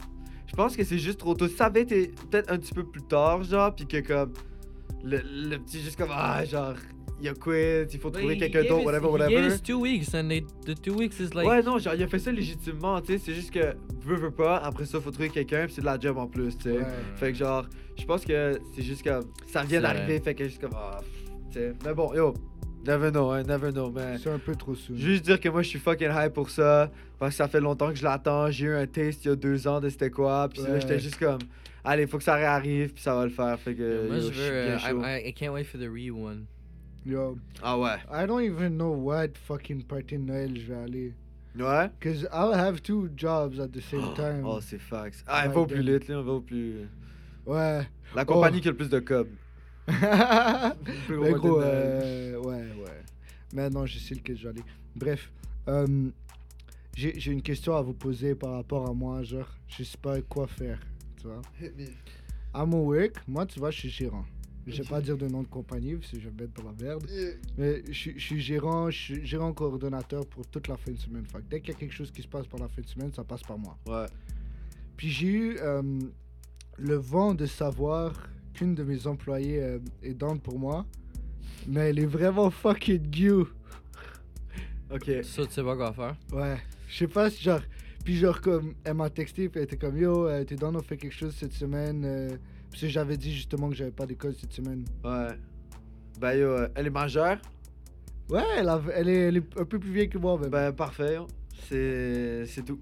Je pense que c'est juste trop tôt. Si Ça avait été peut-être un petit peu plus tard, genre, puis que comme. Le, le petit, juste comme. Ah, genre, il a quit, il faut But trouver he quelqu'un gave d'autre, us- whatever, he whatever. gave us two weeks, and they, the two weeks is like. ouais, non, genre, il a fait ça légitimement, tu sais. C'est juste que, veut, veut pas, après ça, faut trouver quelqu'un, puis c'est de la job en plus, tu sais. Ouais. Fait que, genre, je pense que c'est juste comme. Ça C'est vient vrai. d'arriver, fait que, juste comme. Ah, pff, tu sais. Mais bon, yo, never know, hein, never know, mais. c'est un peu trop soon. Juste dire que moi je suis fucking hype pour ça, parce que ça fait longtemps que je l'attends. J'ai eu un taste il y a deux ans de c'était quoi, puis là Ouais. j'étais juste comme, allez, faut que ça réarrive, puis ça va le faire. Fait que. Moi, yo, je je suis bien veux. chaud. euh, I, I, I can't wait for the re one. Yo, Ah ouais. I don't even know what fucking party de Noël je vais aller. Ouais? Cause I'll have two jobs at the same time. Oh, c'est fax. Ah, il Ouais, va au plus ben. lit, là, on va au plus. Ouais. La compagnie Oh. qui a le plus de cob. [LAUGHS] Plus gros Mais gros, party de Noël. euh, ouais, ouais. Mais non, je sais lequel je vais aller. Bref, euh, j'ai j'ai une question à vous poser par rapport à moi, genre, je sais pas quoi faire, tu vois. À mon work, moi, tu vois, je suis gérant. Je vais pas dire de nom de compagnie, parce que je vais me mettre dans la merde. Mais je, suis- je suis gérant, je suis gérant coordonnateur pour toute la fin de semaine. Fait que dès qu'il y a quelque chose qui se passe par la fin de semaine, ça passe par moi. Ouais. Puis j'ai eu euh, le vent de savoir qu'une de mes employées euh, est down pour moi, mais elle est vraiment fucking you. Ok. So, tu sais pas quoi faire. Ouais. Je sais pas si genre. Puis genre, comme, elle m'a texté, puis elle était comme Yo, euh, t'es down, on fait quelque chose cette semaine. euh, parce que j'avais dit justement que j'avais pas d'école cette semaine. Ouais. Ben yo, euh, elle est majeure. Ouais, elle, a- elle est, elle est un peu plus vieille que moi, même. Ben parfait. yo. C'est. C'est tout.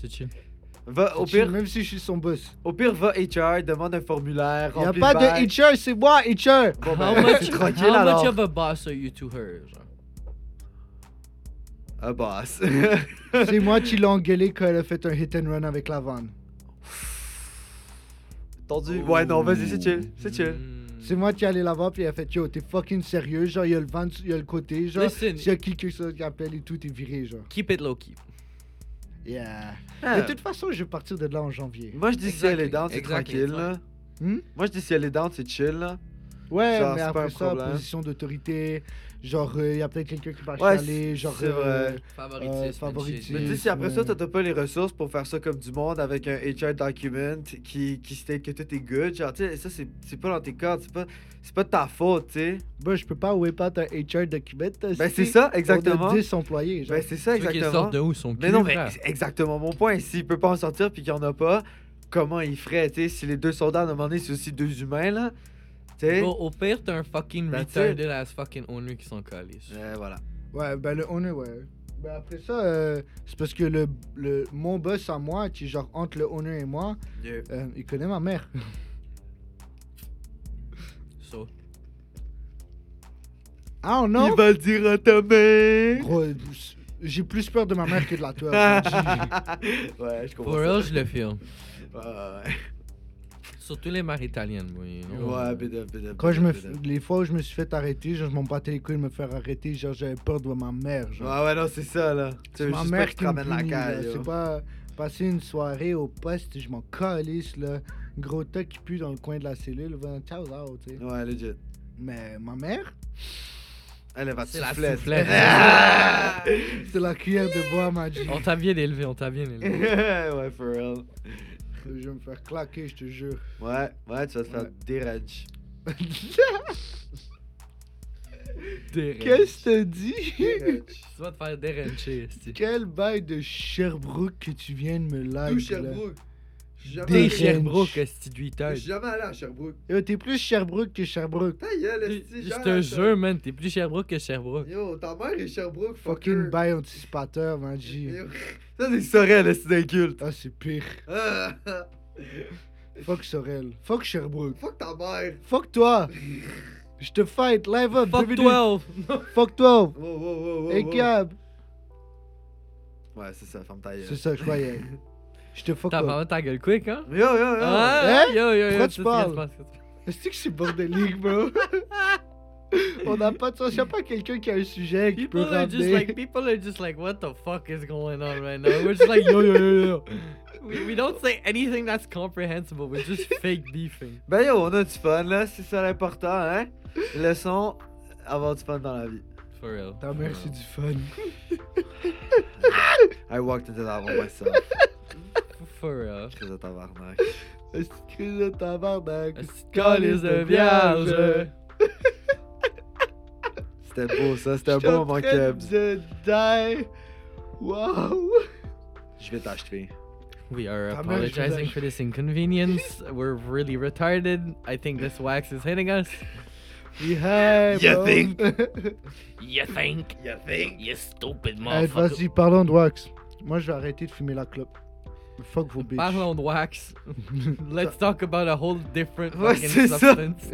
C'est chill. Va, au Je suis- pire, Même si je suis son boss. au pire, va HR, demande un formulaire. Y a remplis pas le bail. de Hitcher, c'est moi, Hitcher! Bon, how [LAUGHS] ben, much, tranquille how alors. much of a boss are you to her? genre? Un Ah, boss. C'est moi qui l'ai engueulé quand elle a fait un hit and run avec la vanne. [LAUGHS] Tendu. Ouais, non, vas-y, c'est chill. C'est chill. Mm. C'est moi qui allais la voir, puis elle a fait Yo, t'es fucking sérieux, genre, y'a le vent, y'a le côté, genre, Mm. Listen. s'il y a quelqu'un qui appelle et tout, t'es viré, genre. Keep it low key. Yeah. Ah, Mais de toute façon, je vais partir de là en janvier. Moi, je dis si elle est Exactly, down, c'est exactly, tranquille. Là. Hmm? Moi, je dis si elle est down, c'est chill. Là. Ouais, Genre, mais Hmm. c'est pas un après ça, problème. position d'autorité, genre, euh, y a peut-être quelqu'un qui va Ouais, chialer, c'est- genre. c'est vrai. Favoritisme. Euh, and shit. favoritisme. Mais tu sais, Yes, si après ouais. ça, t'as t'as pas les ressources pour faire ça comme du monde avec un HR document qui, qui state que tout est good, genre, tu sais, ça, c'est c'est pas dans tes cordes, c'est pas, c'est pas de ta faute, tu sais. Bah, je peux pas whip out un HR document. Ben, c'est ça, On exactement. a 10 employés, genre. Ben, c'est ça, Tu veux qu'il sorte exactement. de où son cul, Mais non, mais frère? c'est exactement mon point. S'il peut pas en sortir puis qu'il y en a pas, comment il ferait, tu sais, si les deux soldats, à un moment donné, c'est aussi deux humains, là, tu sais. Bro, au pire, t'as un fucking That's it. retarded ass fucking owner qui s'en calisse. Euh, voilà. Ouais, ben le owner, ouais. Ben après ça, euh, c'est parce que le, le, mon boss à moi, qui est genre entre le owner et moi, euh, il connaît ma mère. So, Ah non Il va le dire à ta mère. Gros, euh, j'ai plus peur de ma mère [LAUGHS] que de la toi. ouais, je comprends. for ça. real, je le filme. Ouais, ouais. Surtout les mères italiennes, moi. you know? Ouais, bédave, bédave, Quand je me, bédave. les fois où je me suis fait arrêter, genre, je m'en battais les couilles de me faire arrêter, genre j'avais peur de ma mère. Ouais, Genre. ouais, non, c'est ça, là. Tu C'est veux ma juste pas mère que tu qui te me ramènes la punit, là. caille, là. C'est pas passer une soirée au poste, je m'en calisse là. Gros tas qui pue dans le coin de la cellule, va ciao ciao, tu sais. Ouais, legit. Mais ma mère, Elle elle va te C'est la soufflette. soufflette. Ah! c'est la cuillère de bois, ma G. On t'a bien élevé, on t'a bien [LAUGHS] élevé. [LAUGHS] ouais, for real. Je vais me faire claquer, je te jure. Ouais, ouais, tu vas te faire Ouais. dérange. [LAUGHS] Qu'est-ce que t'as dit [LAUGHS] Tu vas te faire [LAUGHS] dérancher, esti. Quel bail de Sherbrooke que tu viens de me live. Tout là. Sherbrooke. J'ai jamais Des allé- French. Sherbrooke, esti de j'ai 8 jamais allé à Sherbrooke. Yo, t'es plus Sherbrooke que Sherbrooke. Ta gueule, esti, Je genre, te ça- jure, man, t'es plus Sherbrooke que Sherbrooke. Yo, ta mère est Sherbrooke, Fucking fucker. bail anticipateur, man, [LAUGHS] G. Yo, Ça, c'est Sorel, esti d'inculte. [LAUGHS] Ah, c'est pire. Ah, Fuck Sorel. Fuck Sherbrooke. Fuck ta mère. Fuck toi. Je te fight, live up. Fuck deux minutes. 12! [LAUGHS] Fuck 12. Wow, wow, wow, wow, Hey, wow. Gab. Ouais, c'est ça, ferme ta gueule. C'est ça, que je croyais. Je te fuck T'as up. vraiment ta gueule quick, hein? Yo, yo, yo. Ah, Hein? yo, yo, yo, c'est Pourquoi tu ce qui se parles? passe, c'est ce qui se passe. Est-ce que c'est [LAUGHS] bordélique, bro? On n'a pas de sens. Y a pas quelqu'un qui a un sujet qui peut People are just ramener. like, people are just like, what the fuck is going on right now? We're just like, yo, yo, yo, yo. We, we don't say anything that's comprehensible. We're [LAUGHS] just fake beefing. Ben yo, on a du fun là, c'est ça l'important, hein? Leçon, avoir du fun dans la vie. For real. Ta for mère, real. c'est du [LAUGHS] fun. I walked into that one myself. [LAUGHS] For real. Crise de tabarnak. Est-ce que tu cries de tabarnak? Calice de vierge. C'était beau ça, c'était beau mon keb. Je die. [LAUGHS] Wow. Je vais t'acheter. We are Ta mère, je vous apologizing for this inconvenience. We're really retarded. I think this wax is hitting us. We have. You bro. [LAUGHS] think? You think? You think? You stupid Hey, Vas-y, parlons de wax. Moi, je vais arrêter de fumer la clope. Fuck vos bitches. [LAUGHS] Parle on wax. Let's talk about a whole different [LAUGHS] Ouais, fucking c'est ça. substance.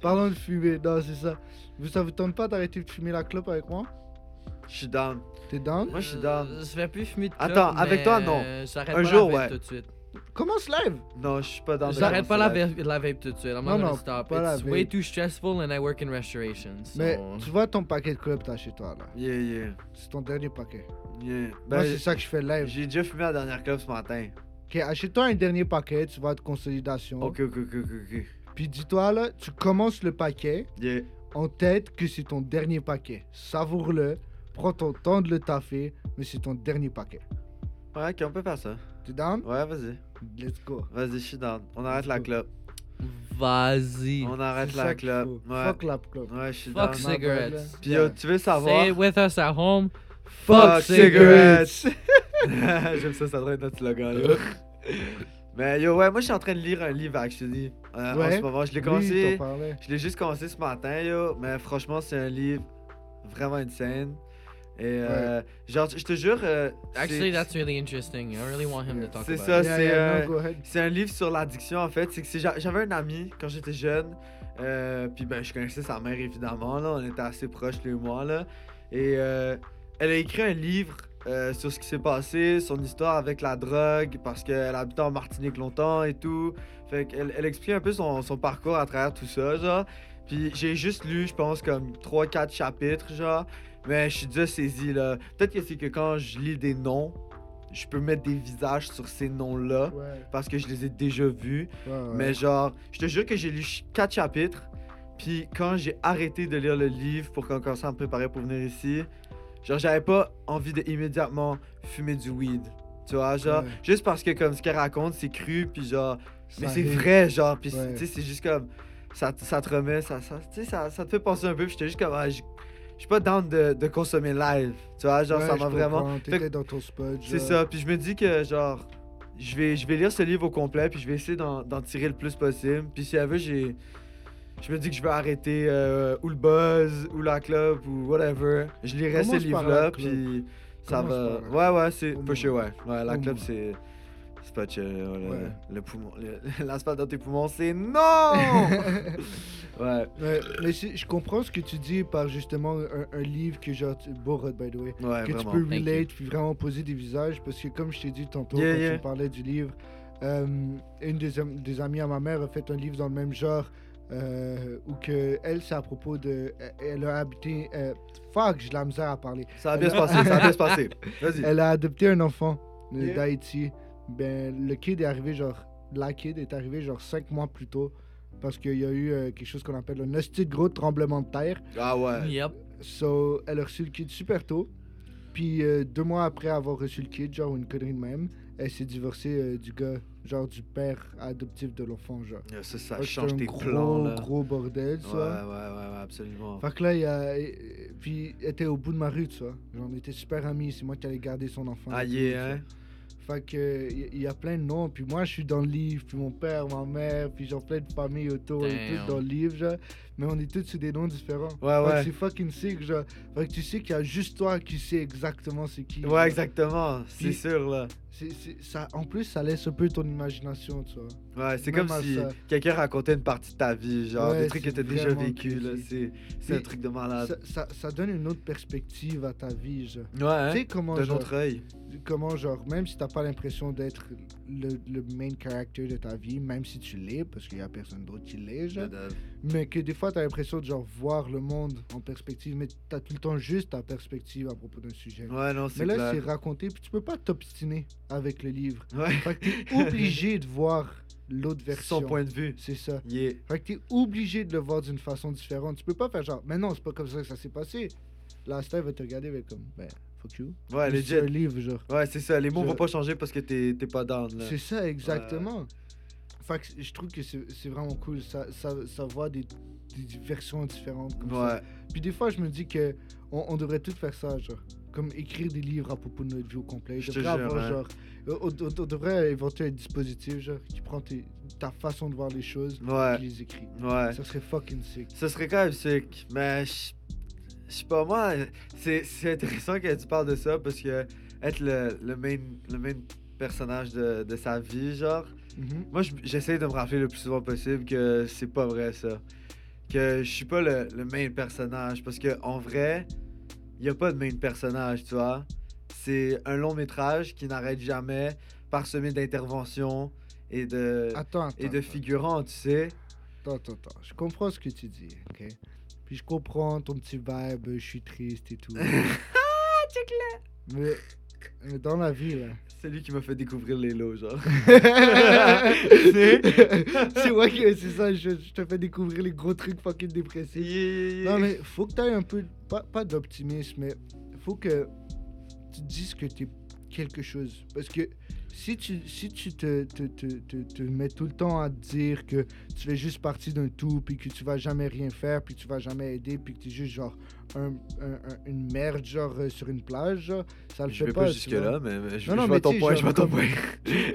Parlons de fumer. Non, c'est ça. Vous, ça vous tente pas d'arrêter de fumer la clope avec moi? Je suis down. T'es down? [LAUGHS] Moi je suis down. Euh, Je vais plus fumer de Attends, clope, avec toi, non. mais J'arrête Un pas jour, la vape ouais. tout de suite. Comment se live? Non, je suis pas down. de J'arrête commencer pas la, va- la vape tout de suite. I'm Non, not gonna non, stop. pas la It's way vape. too stressful and I work in restoration. So... Mais tu vois ton paquet de clopes t'as chez toi là. Yeah, yeah. C'est ton dernier paquet. Yeah. Moi, Ben, c'est ça que je fais live. j'ai déjà fumé la dernière clope ce matin. Ok, achète-toi un dernier paquet, tu vas de consolidation. Ok, ok, ok, ok, ok. Puis dis-toi là, tu commences le paquet Yeah. en tête que c'est ton dernier paquet. Savoure-le, prends ton temps de le taffer, mais c'est ton dernier paquet. Ouais, ok, on peut faire ça. T'es down? Ouais, vas-y. Let's go. Vas-y, je suis down. On arrête la clope. Vas-y. On C'est arrête ça la qu'il faut. clope. Ouais. Fuck la clope. Ouais, je suis down. Fuck ma cigarettes. Puis yo, tu veux savoir. Say it with us at home. Fuck Fuck cigarettes! cigarettes. [LAUGHS] J'aime ça, ça devrait être notre slogan [LAUGHS] là. Mais yo, ouais, moi je suis en train de lire un livre actually. euh, En Ouais. ce moment, je l'ai Oui, il commencé. t'en parlait. Je l'ai juste commencé ce matin, yo. Mais franchement, c'est un livre vraiment insane. Et euh, genre, je te jure. euh, c'est- Actually, that's really interesting. I really want him to talk C'est about ça. it. c'est, euh, go ahead. C'est un livre sur l'addiction en fait. C'est que c'est genre- j'avais un ami quand j'étais jeune. euh, puis ben je connaissais sa mère évidemment là. On était assez proches lui et moi là. Et euh, elle a écrit un livre euh, sur ce qui s'est passé, son histoire avec la drogue, parce qu'elle habitait en Martinique longtemps et tout. Fait qu'elle elle explique un peu son, son parcours à travers tout ça, genre. Puis j'ai juste lu, je pense, comme 3-4 chapitres, genre. Mais je suis déjà saisi, là. Peut-être que c'est que quand je lis des noms, je peux mettre des visages sur ces noms-là Ouais, parce que je les ai déjà vus. ouais, ouais. Mais genre, je te jure que j'ai lu ch- quatre chapitres. Puis quand j'ai arrêté de lire le livre pour qu'on commence à me préparer pour venir ici, genre, j'avais pas envie de immédiatement fumer du weed. Tu vois, genre, Ouais. juste parce que comme ce qu'elle raconte, c'est cru, puis genre, mais Ça c'est arrive. vrai, genre, puis Ouais. tu sais, c'est juste comme, ça, te- ça te remet, ça, ça, tu sais, ça, ça te fait penser un peu, puis j'étais juste comme, ah, j- je suis pas down de, de consommer live, tu vois, genre, Ouais, ça je m'a vraiment, comprends. Fait que- T'étais dans ton spot. c'est genre. ça, puis je me dis que genre, je vais, je vais lire ce livre au complet, puis je vais essayer d'en d'en tirer le plus possible. Puis si elle veut, j'ai. Je me dis que je vais arrêter euh, ou le buzz, ou la club, ou whatever. Je lirai ce Commence par la livre-là, club. puis ça Commence va. par Ouais, ouais, c'est. Au For sure, moins. ouais. Ouais, la Au club, moins. c'est. C'est pas chill. là, Le, Ouais. le poumon. le- [LAUGHS] L'asphalte dans tes poumons, c'est [LAUGHS] non! ouais, [LAUGHS] [LAUGHS] Ouais, mais c'est- je comprends ce que tu dis par justement un, un livre que genre, tu- beau Rod, by the way, ouais, que Ah, vraiment. tu peux Thank you. relate puis vraiment poser des visages parce que comme je t'ai dit tantôt Yeah, quand yeah. on parlait du livre, euh, une des, am- des amies à ma mère a fait un livre dans le même genre euh, où que elle c'est à propos de, elle a habité, euh, fuck, j'ai de la misère à parler. Ça va bien se passer, ça va bien se passer. Vas-y. [LAUGHS] Elle a adopté un enfant euh, Yeah. d'Haïti. Ben, le kid est arrivé genre. La kid est arrivée genre cinq mois plus tôt. Parce qu'il y a eu euh, quelque chose qu'on appelle un hostie de gros tremblement de terre. Ah ouais. Yep. So, elle a reçu le kid super tôt. Puis euh, deux mois après avoir reçu le kid, genre une connerie de même, elle s'est divorcée euh, du gars, genre du père adoptif de l'enfant, genre. Yo, Ça, ça Fait que change c'était tes un gros, plans, là. gros bordel, Ouais, ça. ouais, ouais, ouais, absolument. Fait que là, il y a... et- et- Puis, elle était au bout de ma rue, tu vois. Genre, on était super amis. C'est moi qui allais garder son enfant. Ah et tout, tu yeah, vois. hein? Fait que il y, y a plein de noms. Puis moi, je suis dans le livre. Puis mon père, ma mère, puis genre plein de familles autour. On est Damn. tous dans le livre, genre. Mais on est tous sous des noms différents. Ouais, Fait que Ah ouais. c'est fucking sick, genre. Fait que tu sais qu'il y a juste toi qui sais exactement c'est qui. genre. Ouais, exactement. C'est Puis- sûr, là. C'est- c'est- ça, en plus, ça laisse un peu ton imagination, tu vois. Ouais, c'est Même comme à si ça. quelqu'un racontait une partie de ta vie, genre Ouais, des trucs que c'est t'as déjà vraiment vécu, là. crazy. C'est c'est un Puis- truc de Ça, malade. ça- ça donne une autre perspective à ta vie, genre. Ouais, hein? Tu sais comment, D'un genre, autre œil. comment, genre, même si t'as pas l'impression d'être le, le main character de ta vie, même si tu l'es, parce qu'il y a personne d'autre qui l'est, genre, mais que des fois t'as l'impression de, genre, voir le monde en perspective, mais t'as tout le temps juste ta perspective à propos d'un sujet. Ouais, non, mais c'est là, c'est clair. raconté, puis tu peux pas t'obstiner avec le livre. Ouais. Fait que [LAUGHS] t'es obligé de voir l'autre version. Son point de vue. C'est ça. Yeah. Fait que t'es obligé de le voir d'une façon différente. Tu peux pas faire genre, mais non, c'est pas comme ça que ça s'est passé. Là, Steve va te regarder avec comme, ben, fuck you. Ouais, Mais C'est un Ah, legit. livre, genre. Ouais, c'est ça. Les mots Je- vont pas changer parce que t'es t'es pas down, là. C'est ça, exactement. Fait que je trouve que c'est c'est vraiment cool. Ça, ça, ça voit des, des versions différentes comme ça. Ouais. Puis des fois, je me dis que on, on devrait tout faire ça, genre. Comme écrire des livres à propos de notre vie au complet. Je Je te devrais jure, avoir, hein. genre, euh, on, on- on devrait inventer un dispositif, genre, qui prend tes- ta façon de voir les choses et Ouais. qui les écrit. Ouais. Ça serait fucking sick. Ce serait quand même sick, mais je je sais pas moi. C'est c'est intéressant que tu parles de ça parce que être le, le, main, le main personnage de, de sa vie, genre. Mhm. Moi, je- j'essaie de me rappeler le plus souvent possible que c'est pas vrai ça. Que je suis pas le, le main personnage parce que en vrai, y a pas de main personnage, tu vois. C'est un long métrage qui n'arrête jamais, parsemé d'interventions et de Attends, attends. et de attends. figurants, tu sais. Attends, attends, attends. Je comprends ce que tu dis, ok? Puis je comprends ton petit vibe, je suis triste et tout. mais, mais dans la vie, [LAUGHS] là. C'est lui qui m'a fait découvrir les lots, genre. [LAUGHS] c'est vrai que c'est ça, je, je te fais découvrir les gros trucs fucking Yeah, dépressifs. yeah, yeah. Non, mais faut que t'ailles un peu. Pas, pas d'optimisme, mais faut que tu te dises que t'es quelque chose. Parce que si tu, si tu te, te, te, te, te mets tout le temps à te dire que tu fais juste partie d'un tout, puis que tu vas jamais rien faire, puis que tu vas jamais aider, puis que t'es juste genre un, un- un- une merde, genre euh, sur une plage, genre, ça le je fait vais pas. pas tu vois. jusque-là, mais, mais je, Non, non, je mais vois ton tu sais, point, je genre, vois ton comme- point.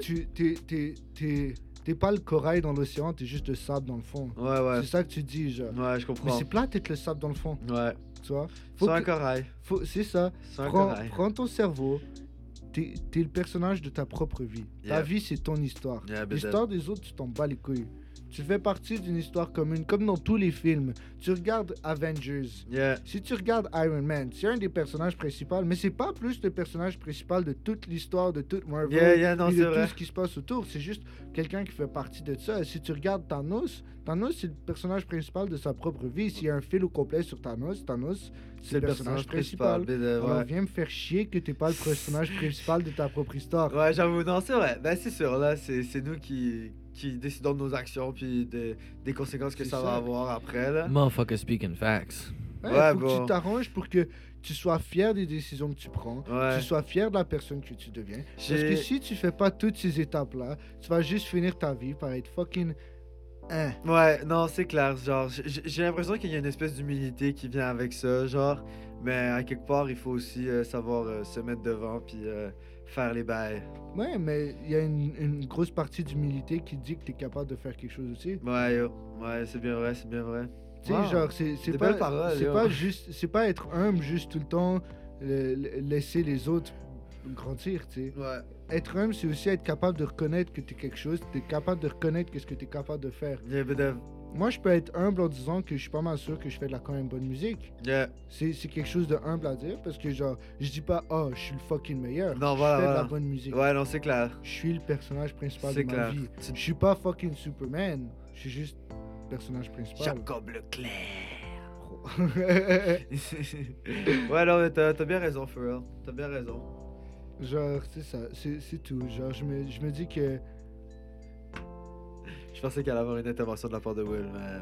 Tu- Tu t'es- t'es- t'es- t'es pas le corail dans l'océan, t'es juste le sable dans le fond. Ouais, ouais. C'est ça que tu dis, genre. Ouais, je Mais comprends. c'est plat d'être le sable dans le fond, Ouais. tu vois. Faut Sois un que- corail. faut- C'est ça. Sois un Prends, corail. prends ton cerveau. T'es t'es le personnage de ta propre vie. Yeah. Ta vie, c'est ton histoire. Yeah, but L'histoire des autres, tu t'en bats les couilles. Tu fais partie d'une histoire commune, comme dans tous les films. Tu regardes Avengers. Yeah. Si tu regardes Iron Man, c'est un des personnages principaux, mais c'est pas plus le personnage principal de toute l'histoire de toute Marvel Yeah, yeah, non, et c'est de vrai. tout ce qui se passe autour. C'est juste quelqu'un qui fait partie de ça. Si tu regardes Thanos, Thanos, c'est le personnage principal de sa propre vie. S'il y a un fil au complet sur Thanos, Thanos, c'est le personnage principal. mais de- Alors ouais. viens me faire chier que t'es pas le personnage principal de ta propre histoire. Ouais, j'avoue, non, c'est vrai. Ben, c'est sûr, là, c'est c'est nous qui, qui décidons de nos actions puis de- des conséquences que C'est ça, va ça. avoir après, là. Motherfucker speaking facts. Ouais, Ouais, faut que bon. tu t'arranges pour que tu sois fier des décisions que tu prends. Ouais. Tu sois fier de la personne que tu deviens. Parce que J'ai- si tu fais pas toutes ces étapes-là, tu vas juste finir ta vie par être fucking. Hein. Ouais, non, c'est clair. Genre, j- j- j'ai l'impression qu'il y a une espèce d'humilité qui vient avec ça, genre. Mais à quelque part, il faut aussi euh, savoir euh, se mettre devant puis euh, faire les bails. Ouais, mais il y a une, une grosse partie d'humilité qui dit que t'es capable de faire quelque chose aussi. Ouais, yo. Ouais, c'est bien vrai, c'est bien vrai. Tu sais, Wow. genre, c'est c'est Des pas, belles paroles, c'est yo. pas juste, c'est pas être humble juste tout le temps, le- le- laisser les autres grandir, tu sais. Ouais. Être humble, c'est aussi être capable de reconnaître que t'es quelque chose, t'es capable de reconnaître qu'est-ce que t'es capable de faire. Yeah, but, euh, Moi, je peux être humble en disant que je suis pas mal sûr que je fais de la quand même bonne musique. yeah. C'est c'est quelque chose de humble à dire parce que, genre, je dis pas, oh, je suis le fucking meilleur. Non, je voilà, fais de voilà. la bonne musique. Ouais, non, c'est clair. Je suis le personnage principal de C'est ma clair. vie. Tu- Je suis pas fucking Superman. Je suis juste personnage principal. Jacob Leclerc. [LAUGHS] ouais, non, mais t'as t'as bien raison, Pharrell. T'as bien raison. [LAUGHS] genre, c'est ça. C'est c'est tout. Genre, je me, je me dis [LAUGHS] que. Je pensais qu'elle allait avoir une intervention de la part de Will, mais.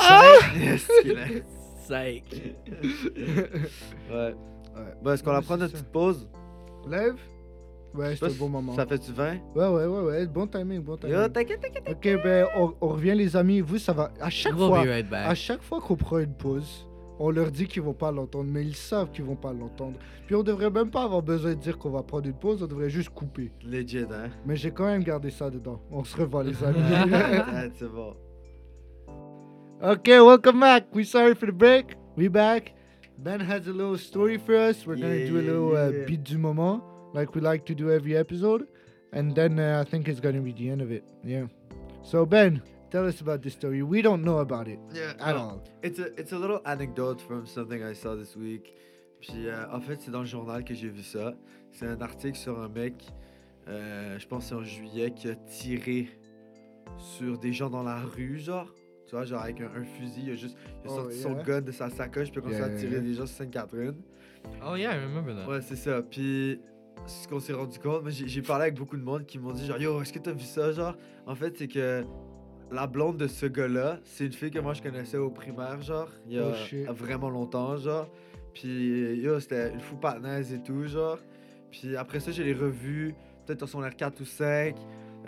Ah! [LAUGHS] Yes, qu'il est. Psych. Ouais. Ouais. Bon, est-ce qu'on Non, la mais prend c'est notre ça. petite pause Lève Ouais, c'est pas un si bon moment. Ça fait du vin Ouais, ouais, ouais, ouais. Bon timing, bon timing. Yo, t'inquiète, t'inquiète. Ok, ben, on, on revient, les amis. Vous, ça va. À chaque We'll fois. Ah, be right back. À chaque fois qu'on prend une pause, On leur dit qu'ils vont pas l'entendre, mais ils savent qu'ils vont pas l'entendre. Puis on devrait même pas avoir besoin de dire qu'on va prendre une pause, on devrait juste couper. Legit, [LAUGHS] hein? Mais j'ai quand même gardé ça dedans. On se revoit, les amis. Ah, C'est bon. okay, welcome back. We sorry for the break. We back. Ben has a little story for us. We're gonna do a little Yeah. uh, beat du moment, like we like to do every episode, and then uh, I think it's gonna be the end of it. Yeah. So Ben, tell us about this story. We don't know about it Yeah, at non. all. It's a, it's a little anecdote from something I saw this week. Puis euh, en fait, c'est dans le journal que j'ai vu ça. C'est un article sur un mec, euh, je pense c'est en juillet, qui a tiré sur des gens dans la rue, genre. Tu vois, genre avec un, un fusil, il a juste il a Oh, sorti yeah. son gun de sa sacoche, puis il a commencé Yeah, à yeah, tirer yeah. des gens sur Sainte-Catherine. Oh yeah, I remember that. Ouais, c'est ça. Puis ce qu'on s'est rendu compte, moi, j'ai j'ai parlé avec beaucoup de monde qui m'ont dit genre yo, est-ce que t'as vu ça genre En fait, c'est que la blonde de ce gars-là, c'est une fille que moi je connaissais au primaire genre, il y a Oh, shit. vraiment longtemps genre. Puis yo, c'était une fou patnaise et tout genre. Puis après ça, je l'ai revu peut-être en son R4 ou 5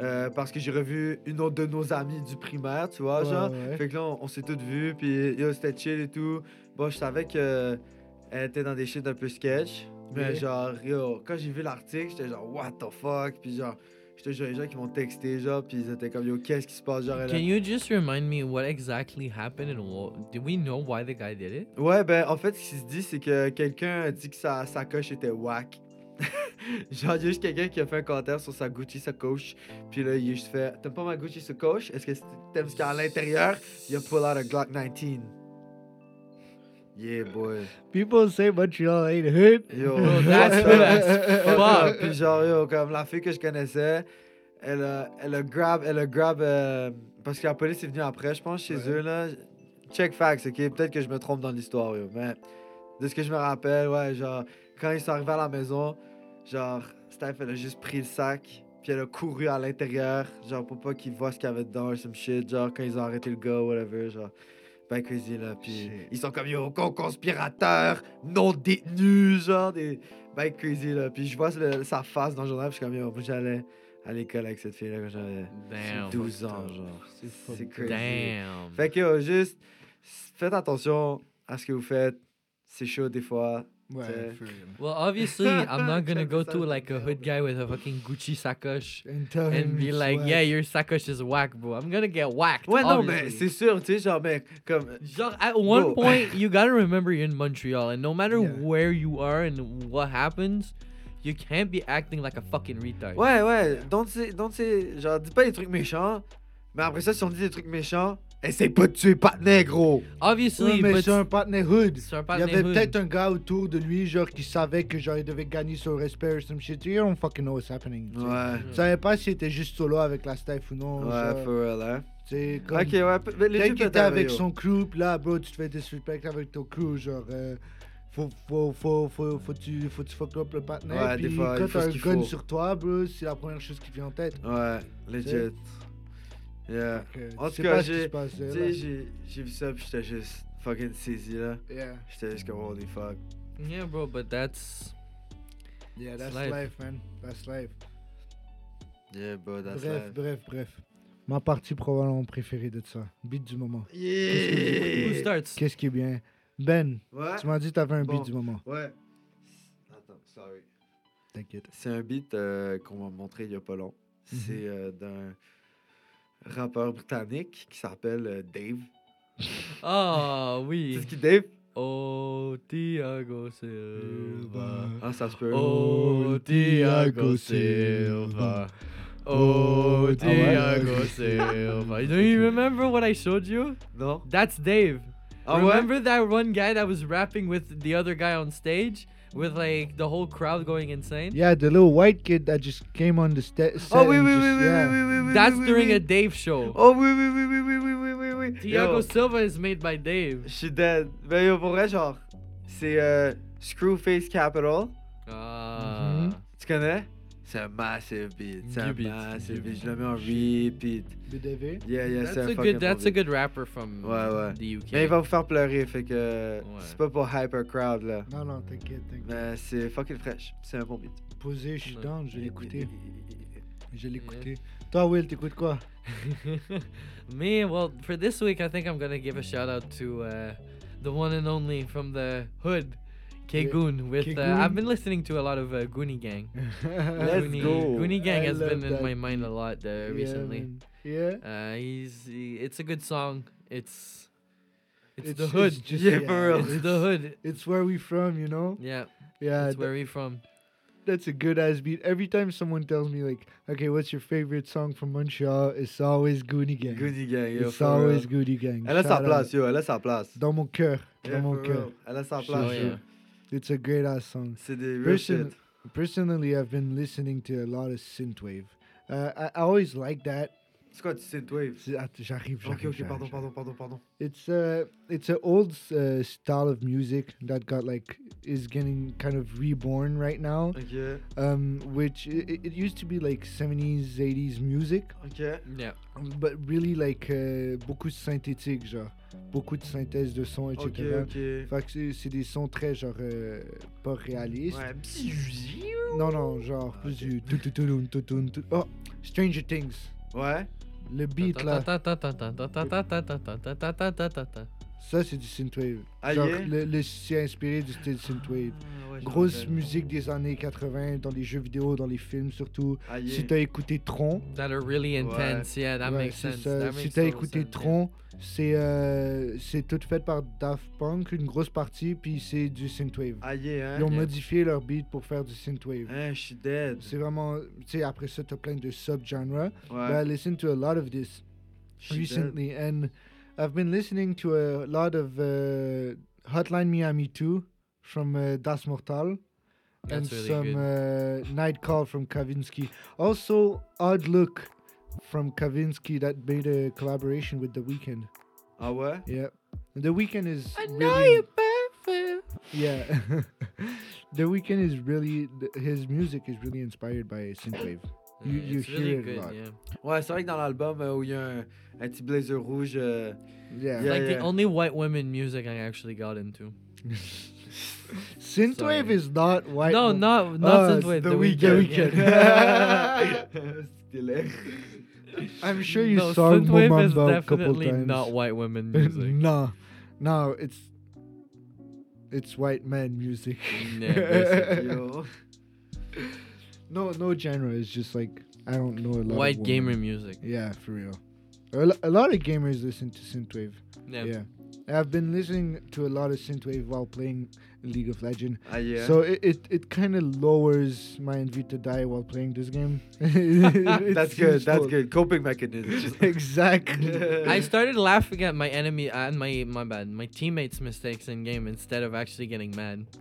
euh, parce que j'ai revu une autre de nos amies du primaire, tu vois, Ouais, genre. ouais. Fait que là, on, on s'est toutes vues, puis yo, c'était chill et tout. Bon, je savais que euh, elle était dans des shit un peu sketch, mais Ouais. genre, yo, quand j'ai vu l'article, j'étais genre, what the fuck, puis genre, j'étais genre, les gens qui m'ont texté, genre, puis ils étaient comme, yo, qu'est-ce qui se passe, genre, elle a- Can you just remind me what exactly happened and what did we know why the guy did it? Ouais, ben, en fait, ce qui se dit, c'est que quelqu'un a dit que sa sacoche était whack. [LAUGHS] genre, il y a juste quelqu'un qui a fait un commentaire sur sa Gucci sacoche, puis là, il a juste fait, t'aimes pas ma Gucci sacoche? Est-ce que c'est- t'aimes ce qu'il y a à l'intérieur? Il a pull out a Glock 19. Yeah, boy. uh, People say Montreal ain't hood. Yo, Bro, [LAUGHS] [LAUGHS] that's good as fuck. Puis genre, yo, comme la fille que je connaissais, elle a, elle a grab, elle a grab, euh, parce que la police est venue après, je pense, chez Ouais. eux, là. Check facts, ok? Peut-être que je me trompe dans l'histoire, yo, mais de ce que je me rappelle, ouais, genre, quand ils sont arrivés à la maison, genre, Steph, elle a juste pris le sac, puis elle a couru à l'intérieur, genre, pour pas qu'ils voient ce qu'il y avait dedans, or some shit, genre, quand ils ont arrêté le gars, whatever, genre. Ben crazy là, puis Shit. ils sont comme yo, con conspirateur, non détenu, genre des ben crazy là. Puis je vois le- sa face dans le journal, puis je suis comme yo, moi j'allais à l'école avec cette fille là quand j'avais Damn. 12 ans, genre. C'est C'est crazy. Damn. Fait que yo, juste faites attention à ce que vous faites. C'est chaud des fois. Ouais, C'est- for real. Well, obviously, I'm not gonna Check go this to out. like a hood guy with a fucking Gucci sacoche And, Oh, tell him and be it's like, whack. yeah, your sacoche is whack, bro. I'm gonna get whacked. Ouais oh, non mais obviously. c'est sûr, tu sais genre mais comme Genre, at one Bro. point, you gotta remember you're in Montreal, and no matter Yeah. where you are and what happens, you can't be acting like a fucking retard. ouais ouais, don't say, don't say- genre dis pas des trucs méchants. Mais après ça si on dit des trucs méchants, essaye pas de tuer Patnais gros. Obviously, Ouais, mais but c'est un partner hood. c'est un Il y avait partner hood. peut-être un gars autour de lui, genre, qui savait que genre, il devait gagner son respect or some shit. You don't fucking know what's happening. tu sais. Ouais. Je savais pas s'il était juste solo avec la staff ou non. Ouais, genre, for real, hein. tu sais, comme- Ok, ouais, p- mais les Peut-être deux qu'il peut était avec son crew, pis là, bro, tu te fais disrespect avec ton crew, genre. euh, faut, faut, faut, faut, faut, tu, faut tu fuck up le partenaire. Ouais, des puis fois, il quand faut t'as ce un qu'il gun faut. sur toi, bro, c'est la première chose qui vient en tête. Ouais, T'sais. legit. Yeah. Donc, euh, En tu sais tout cas, pas ce qui j'ai- se passe, Tu euh, sais, là. j'ai- j'ai vu ça, puis j'étais juste fucking saisi là. Yeah, J'étais juste comme holy fuck. Yeah, bro, but that's. yeah, It's that's life. life, man. That's life. Yeah, bro, that's bref, life. bref, bref. Ma partie probablement préférée de ça. Beat du moment. Who Yeah! [LAUGHS] starts? Qu'est-ce qui est bien Ben, Ouais? tu m'as dit que t'avais un beat Bon. du moment. Ouais. Attends, sorry. T'inquiète. C'est un beat euh, qu'on m'a montré il y a pas long. Mhm. C'est euh, d'un rappeur britannique qui s'appelle euh, Dave. Oh, C'est oui. ce qui Dave? Oh, Thiago Euh, Silva. Ah, ça se peut. Oh, Thiago Silva. Oh, Ah ouais? Thiago Silva. Don't you remember what I showed you? Non? That's Dave. Ah ouais? remember that one guy that was rapping with the other guy on stage with like the whole crowd going insane? Yeah, the little white kid that just came on the sta- set. Ah Oh oui, oui, and oui, just- oui, oui, yeah. oui, oui, oui, That's oui, oui, during oui. a Dave show. Oh oui, oui, oui, oui, oui, oui, oui, oui, oui. Thiago Yo, Silva is made by Je Dave. suis dead. Ben yo, pour vrai, genre, c'est euh, Screwface Capital. Uh, Ah. Tu connais? C'est un massive beat. C'est Vieux un beat, vieux massive beat. beat. Je le mets en repeat. BDV. Yeah, yeah, c'est That's un a fucking good bon that's a beat. good rapper from Ouais, ouais. the UK. [LAUGHS] Mais il va vous faire pleurer, fait que Ouais. c'est pas pour hyper crowd là. Non, non, t'inquiète, t'inquiète. Mais c'est fucking fresh. C'est un bon beat. Posé, je suis Ouais. down, je l'ai écouté. Je l'ai Yeah. écouté. Toi, Will, [LAUGHS] t'écoutes quoi Me, well, for this week, I think I'm gonna give a shout out to uh, the one and only from the hood, Yeah, Kegoon. With uh, Kegoon. I've been listening to a lot of uh, Goonie Gang. Let's Goonie, go. Goonie Gang I has been love in my that mind a lot uh, Yeah, recently. man. Yeah. Uh, he's he- it's a good song. It's it's, the It's- hood. it's [LAUGHS] just- Yeah, for real. It's the hood. It's where we from, you know? Yeah, Yeah, that's where we from. That's a good ass beat. Every time someone tells me like, okay, what's your favorite song from Montreal? It's always Goonie Gang. [LAUGHS] Goody Gang, yo. it's for real. always Goonie Gang. Elle a sa Shout out. place, yo. Elle a sa place. Dans mon cœur. Dans Yeah, mon for cœur. real. Elle a sa Je- Oh place. yo. yeah. Sure. It's a great ass song. C'est des real Person- shit. personally, I've been listening to a lot of synthwave. Uh, I, I always like that. C'est quoi du synthwave? C'est- att- J'arrive, j'arrive. Ok, ok, j'arrive, pardon, j'arrive. pardon, pardon, pardon. It's a it's an old uh, style of music that got like is getting kind of reborn right now. Ok, Um, which it, it used to be like 70s, 80s music. ok. Yeah, but really like euh, beaucoup de synthétique genre beaucoup de synthèse de son etc Ok, ok. Fait que c'est- c'est des sons très genre euh, pas réalistes Ouais. non non genre Ah, plus ok. du tout tout tout tout tout tout tout oh Stranger Things Ouais. le beat là ça c'est du synthwave Ah, genre yeah? le, le- c'est inspiré du style synthwave Ah, ouais, je me grosse rappelle. musique des années 80 dans les jeux vidéo dans les films surtout Ah, yeah. si t'as écouté Tron that are really intense. Yeah, that Ouais, makes c'est sense. ça. That Si makes t'as total écouté sense, yeah. Tron, c'est euh, c'est tout fait par Daft Punk, une grosse partie, puis c'est du synthwave. Ah, yeah, Ils hein. ont yeah. Ah. modifié leur beat pour faire du synthwave. Hein, je suis dead. C'est vraiment, tu sais, après ça, t'as plein de subgenres. But I Ouais. listened to a lot of this je suis dead. recently, and I've been listening to a lot of uh, Hotline Miami 2 from uh, Das Mortal. and That's really some good. Uh, night call from Kavinsky. Also, odd look from Kavinsky that made a collaboration with The Weeknd. Ah ouais? Yeah, The Weeknd is. I really, know you're perfect. Yeah, [LAUGHS] The Weeknd is really th- his music is really inspired by synthwave. You- Yeah, you it's really hear it a good, lot. yeah. Ouais, c'est vrai que dans l'album euh, où il y a un, un petit blazer rouge. euh, Yeah, Yeah. like the only white women music I actually got into. [LAUGHS] synthwave Sorry. is not white. no, wo- not Oh, not it's since wait, The the, Weeknd. weekend. The [LAUGHS] C'était laid. I'm sure you no, saw synthwave Mumba is a couple definitely times. not [LAUGHS] white women music. no, no, it's it's white man music. yeah, basically. Yo. No, no genre. It's just like I don't know a lot. of white women. gamer music. Yeah, for real. A, lo- a lot of gamers listen to synthwave. Yeah. Yeah. I've been listening to a lot of synthwave while playing League of Legends. Ah yeah. [LAUGHS] So it it, it kind of lowers my envy to die while playing this game. [LAUGHS] that's That's good, that's good. [LAUGHS] Coping mechanism. exactly. I started laughing at my enemy and my my bad my teammates' mistakes in game instead of actually getting mad. [LAUGHS]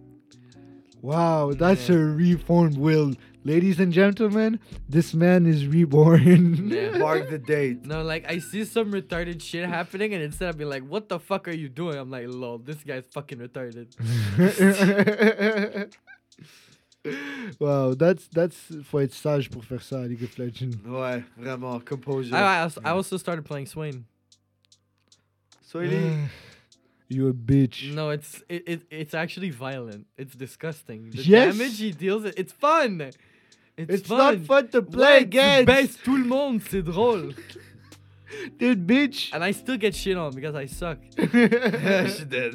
Wow, that's Yeah. a reformed will. Ladies and gentlemen, this man is reborn. Yeah. Mark the date. No, like I see some retarded shit happening, and instead I'll be like, "What the fuck are you doing?" I'm like, "Lol, this guy's fucking retarded." [LAUGHS] wow, that's that's faut être sage pour faire ça à League of Legends. Ouais, vraiment, composure. I, I, also, I also started playing Swain. Mm. [SIGHS] Soily, you a bitch. No, it's it, it it's actually violent. It's disgusting. The Yes. damage he deals, it, it's fun. It's, It's fun. not fun to Ouais, play tu against, baisses tout le monde, c'est drôle. dude, bitch. And I still get shit on because I suck. [LAUGHS] je suis dead.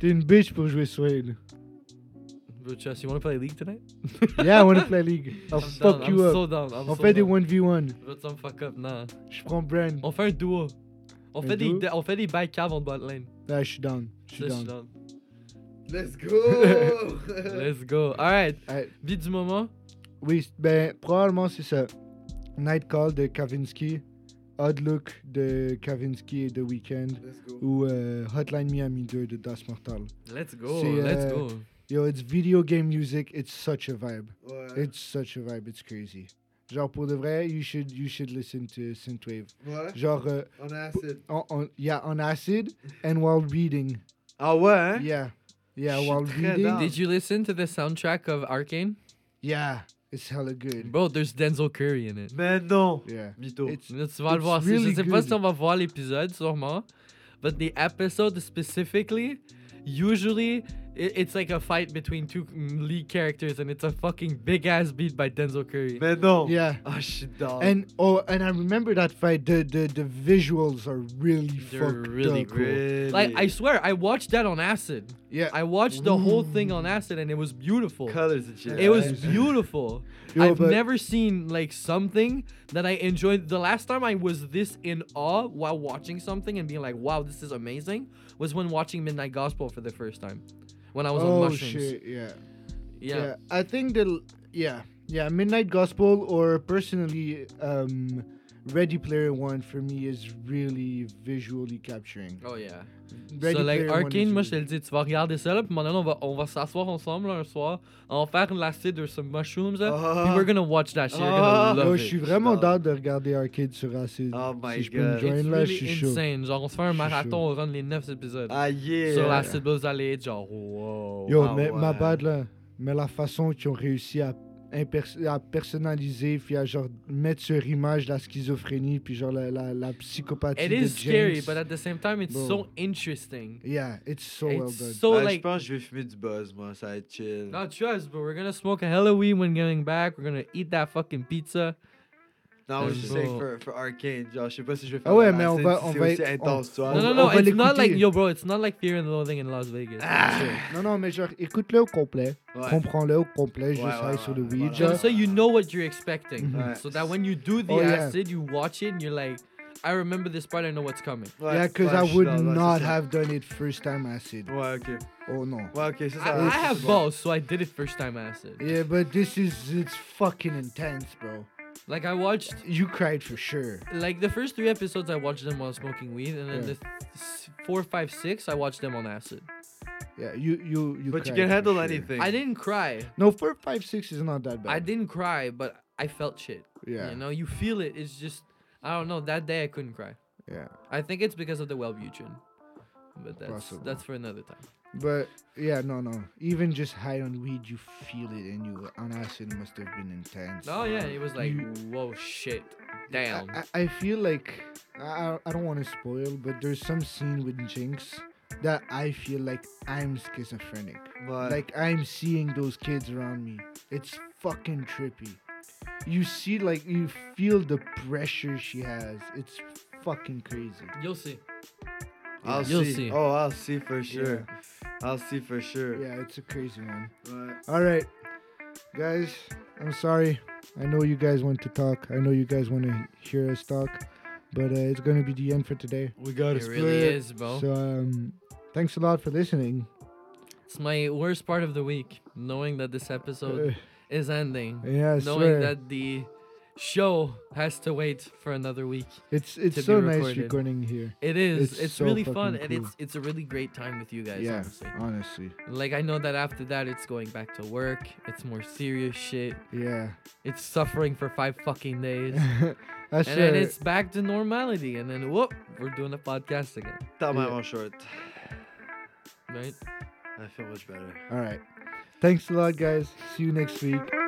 T'es une bitch pour jouer Swain. But Chess, you wanna play League tonight? Yeah, I wanna play League. I'll I'm fuck down, you I'm up. so down. I'm On so fait des down. Oh. 1v1. Let's not fuck up, nah. Je prends Brand. On fait un duo. On Un fait, des, duo? on fait des back cave en bot lane. Ah, je suis down. Je suis Ça, je suis down. down. [LAUGHS] Let's go. Let's go. Alright. Alright. Beat du moment. Oui, c- ben, probablement c'est ça. Night Call de Kavinsky, Odd Look de Kavinsky et The Weeknd, Let's go. ou euh, Hotline Miami 2 de Das Mortal. Let's go. C'est, Let's euh, go. Yo, it's video game music, it's such a vibe. Ouais. It's such a vibe, it's crazy. Genre, pour de vrai, you should, you should listen to Synthwave. Ouais. Genre, euh, On acid. on, on- yeah, on acid and while reading. Ah ouais, hein? Yeah. Yeah, Je suis while très reading. down. Did you listen to the soundtrack of Arcane? Yeah, it's hella good. Bro, there's Denzel Curry in it. Mais non. Yeah. Mytho. It's Là, tu vas le It's voir. C'est- really je sais pas si good. on va voir l'épisode, sûrement. But the episode specifically, usually It, it's like a fight between two lead characters, and it's a fucking big ass beat by Denzel Curry. Mais non. Yeah. Ah, je suis down. And oh, and I remember that fight. The the, the visuals are really They're fucked really up. great. Really. Like I swear, I watched that on acid. Yeah, I watched the whole thing on acid, and it was beautiful. colors and shit. It was Yeah. beautiful. Yo, I've but- never seen like something that I enjoyed. The last time I was this in awe while watching something and being like, "Wow, this is amazing," was when watching Midnight Gospel for the first time, when I was oh on mushrooms. shit! Yeah. Yeah. I think the l- yeah yeah Midnight Gospel or personally um, Ready Player One for me is really visually capturing. Oh yeah. Ready so like Player One is Arcane, moi je te really- le dis, tu vas regarder ça là, puis maintenant on va on va s'asseoir ensemble là, un soir, on va faire l'acide or some mushrooms là, puis Ah. we're gonna watch that shit. You're Ah. gonna love Uh-huh. Yo, it. je suis vraiment J'adore. down de regarder Arcade sur Acid. Oh my si je peux God. me joindre It's là, je really suis chaud. insane. Genre on se fait un Je suis marathon, on chaud. run les 9 épisodes. Ah yeah. Sur l'acide, vous allez être genre wow. Yo, Ah mais ma ouais. bad là, mais la façon qu'ils ont réussi à, imper- à personnaliser puis à genre mettre sur image la schizophrénie puis genre la, la, la psychopathie It de is scary, James. but at the same time, it's Bro. so interesting. Yeah, it's so well it's done. so Ah, like je pense que je vais fumer du buzz, moi. Ça va être chill. not just, but we're gonna smoke a hella weed when getting back. We're gonna eat that fucking pizza. non, je Bon. sais que pour Arcane, genre, je sais pas si je vais faire Ah ouais, de mais on l'acide, va- si on c'est va aussi être- intense, tu vois. No, no, on no. va It's not like l'écouter. yo, bro. It's not like Fear and Loathing in Las Vegas. Ah. Non, non, mais genre, écoute-le au complet. eh, Ouais. Comprends-le au complet, juste Ouais, high ouais, sur le ouais, weed. voilà. genre. So you know what you're expecting, Mhm. Ouais. so that when you do the Oh, yeah. acid, you watch it and you're like, I remember this part. I know what's coming. Ouais, yeah, because ouais, je I suis would down, ouais, c'est not ça. have done it first time acid. Ouais, ok. Oh non. Ouais, ok, ça, ça I, va. I have Bon. balls, so I did it first time acid. Yeah, but this is, it's fucking intense, bro. Like I watched You cried for sure. like the first three episodes I watched them while smoking weed, and then the Yeah. th- s- four, five, six I watched them on acid. Yeah, you, you, you But you cried can for handle sure. anything. I didn't cry. No, 4, 5, 6 is not that bad. I didn't cry, but I felt shit. Yeah, You know, you feel it. It's just I don't know. That day I couldn't cry. yeah. I think it's because of the Wellbutrin. But that's Possible. that's for another time. But yeah, no, no. Even just high on weed, you feel it, and you on acid must have been intense. Oh yeah, it was like You- whoa shit. I, Damn. I- I feel like I, I don't want to spoil, but there's some scene with Jinx that I feel like I'm schizophrenic. Ouais. Like I'm seeing those kids around me. It's fucking trippy. You see, like you feel the pressure she has. It's fucking crazy. You'll see. I'll You'll see. see. Oh, I'll see for sure. I'll see for sure. Yeah, it's a crazy one. Ouais. All right, guys. I'm sorry. I know you guys want to talk. I know you guys want to hear us talk, but uh, it's gonna be the end for today. We got It really is, bro. So um, thanks a lot for listening. It's my worst part of the week, knowing that this episode is ending. Uh, yeah, I swear. knowing that the show has to wait for another week. it's to it's be so nice recorded. recording here. It is. It's It's, so really fun, fucking and it's it's a really great time with you guys. yeah, honestly. honestly. Like I know that after that, it's going back to work. It's more serious shit. Yeah. [LAUGHS] It's suffering for five fucking days, and I then swear. it's back to normality. And then whoop, we're doing a podcast again, T'as Yeah. même en short. right? I feel much better. All right. Thanks a lot, guys. See you next week.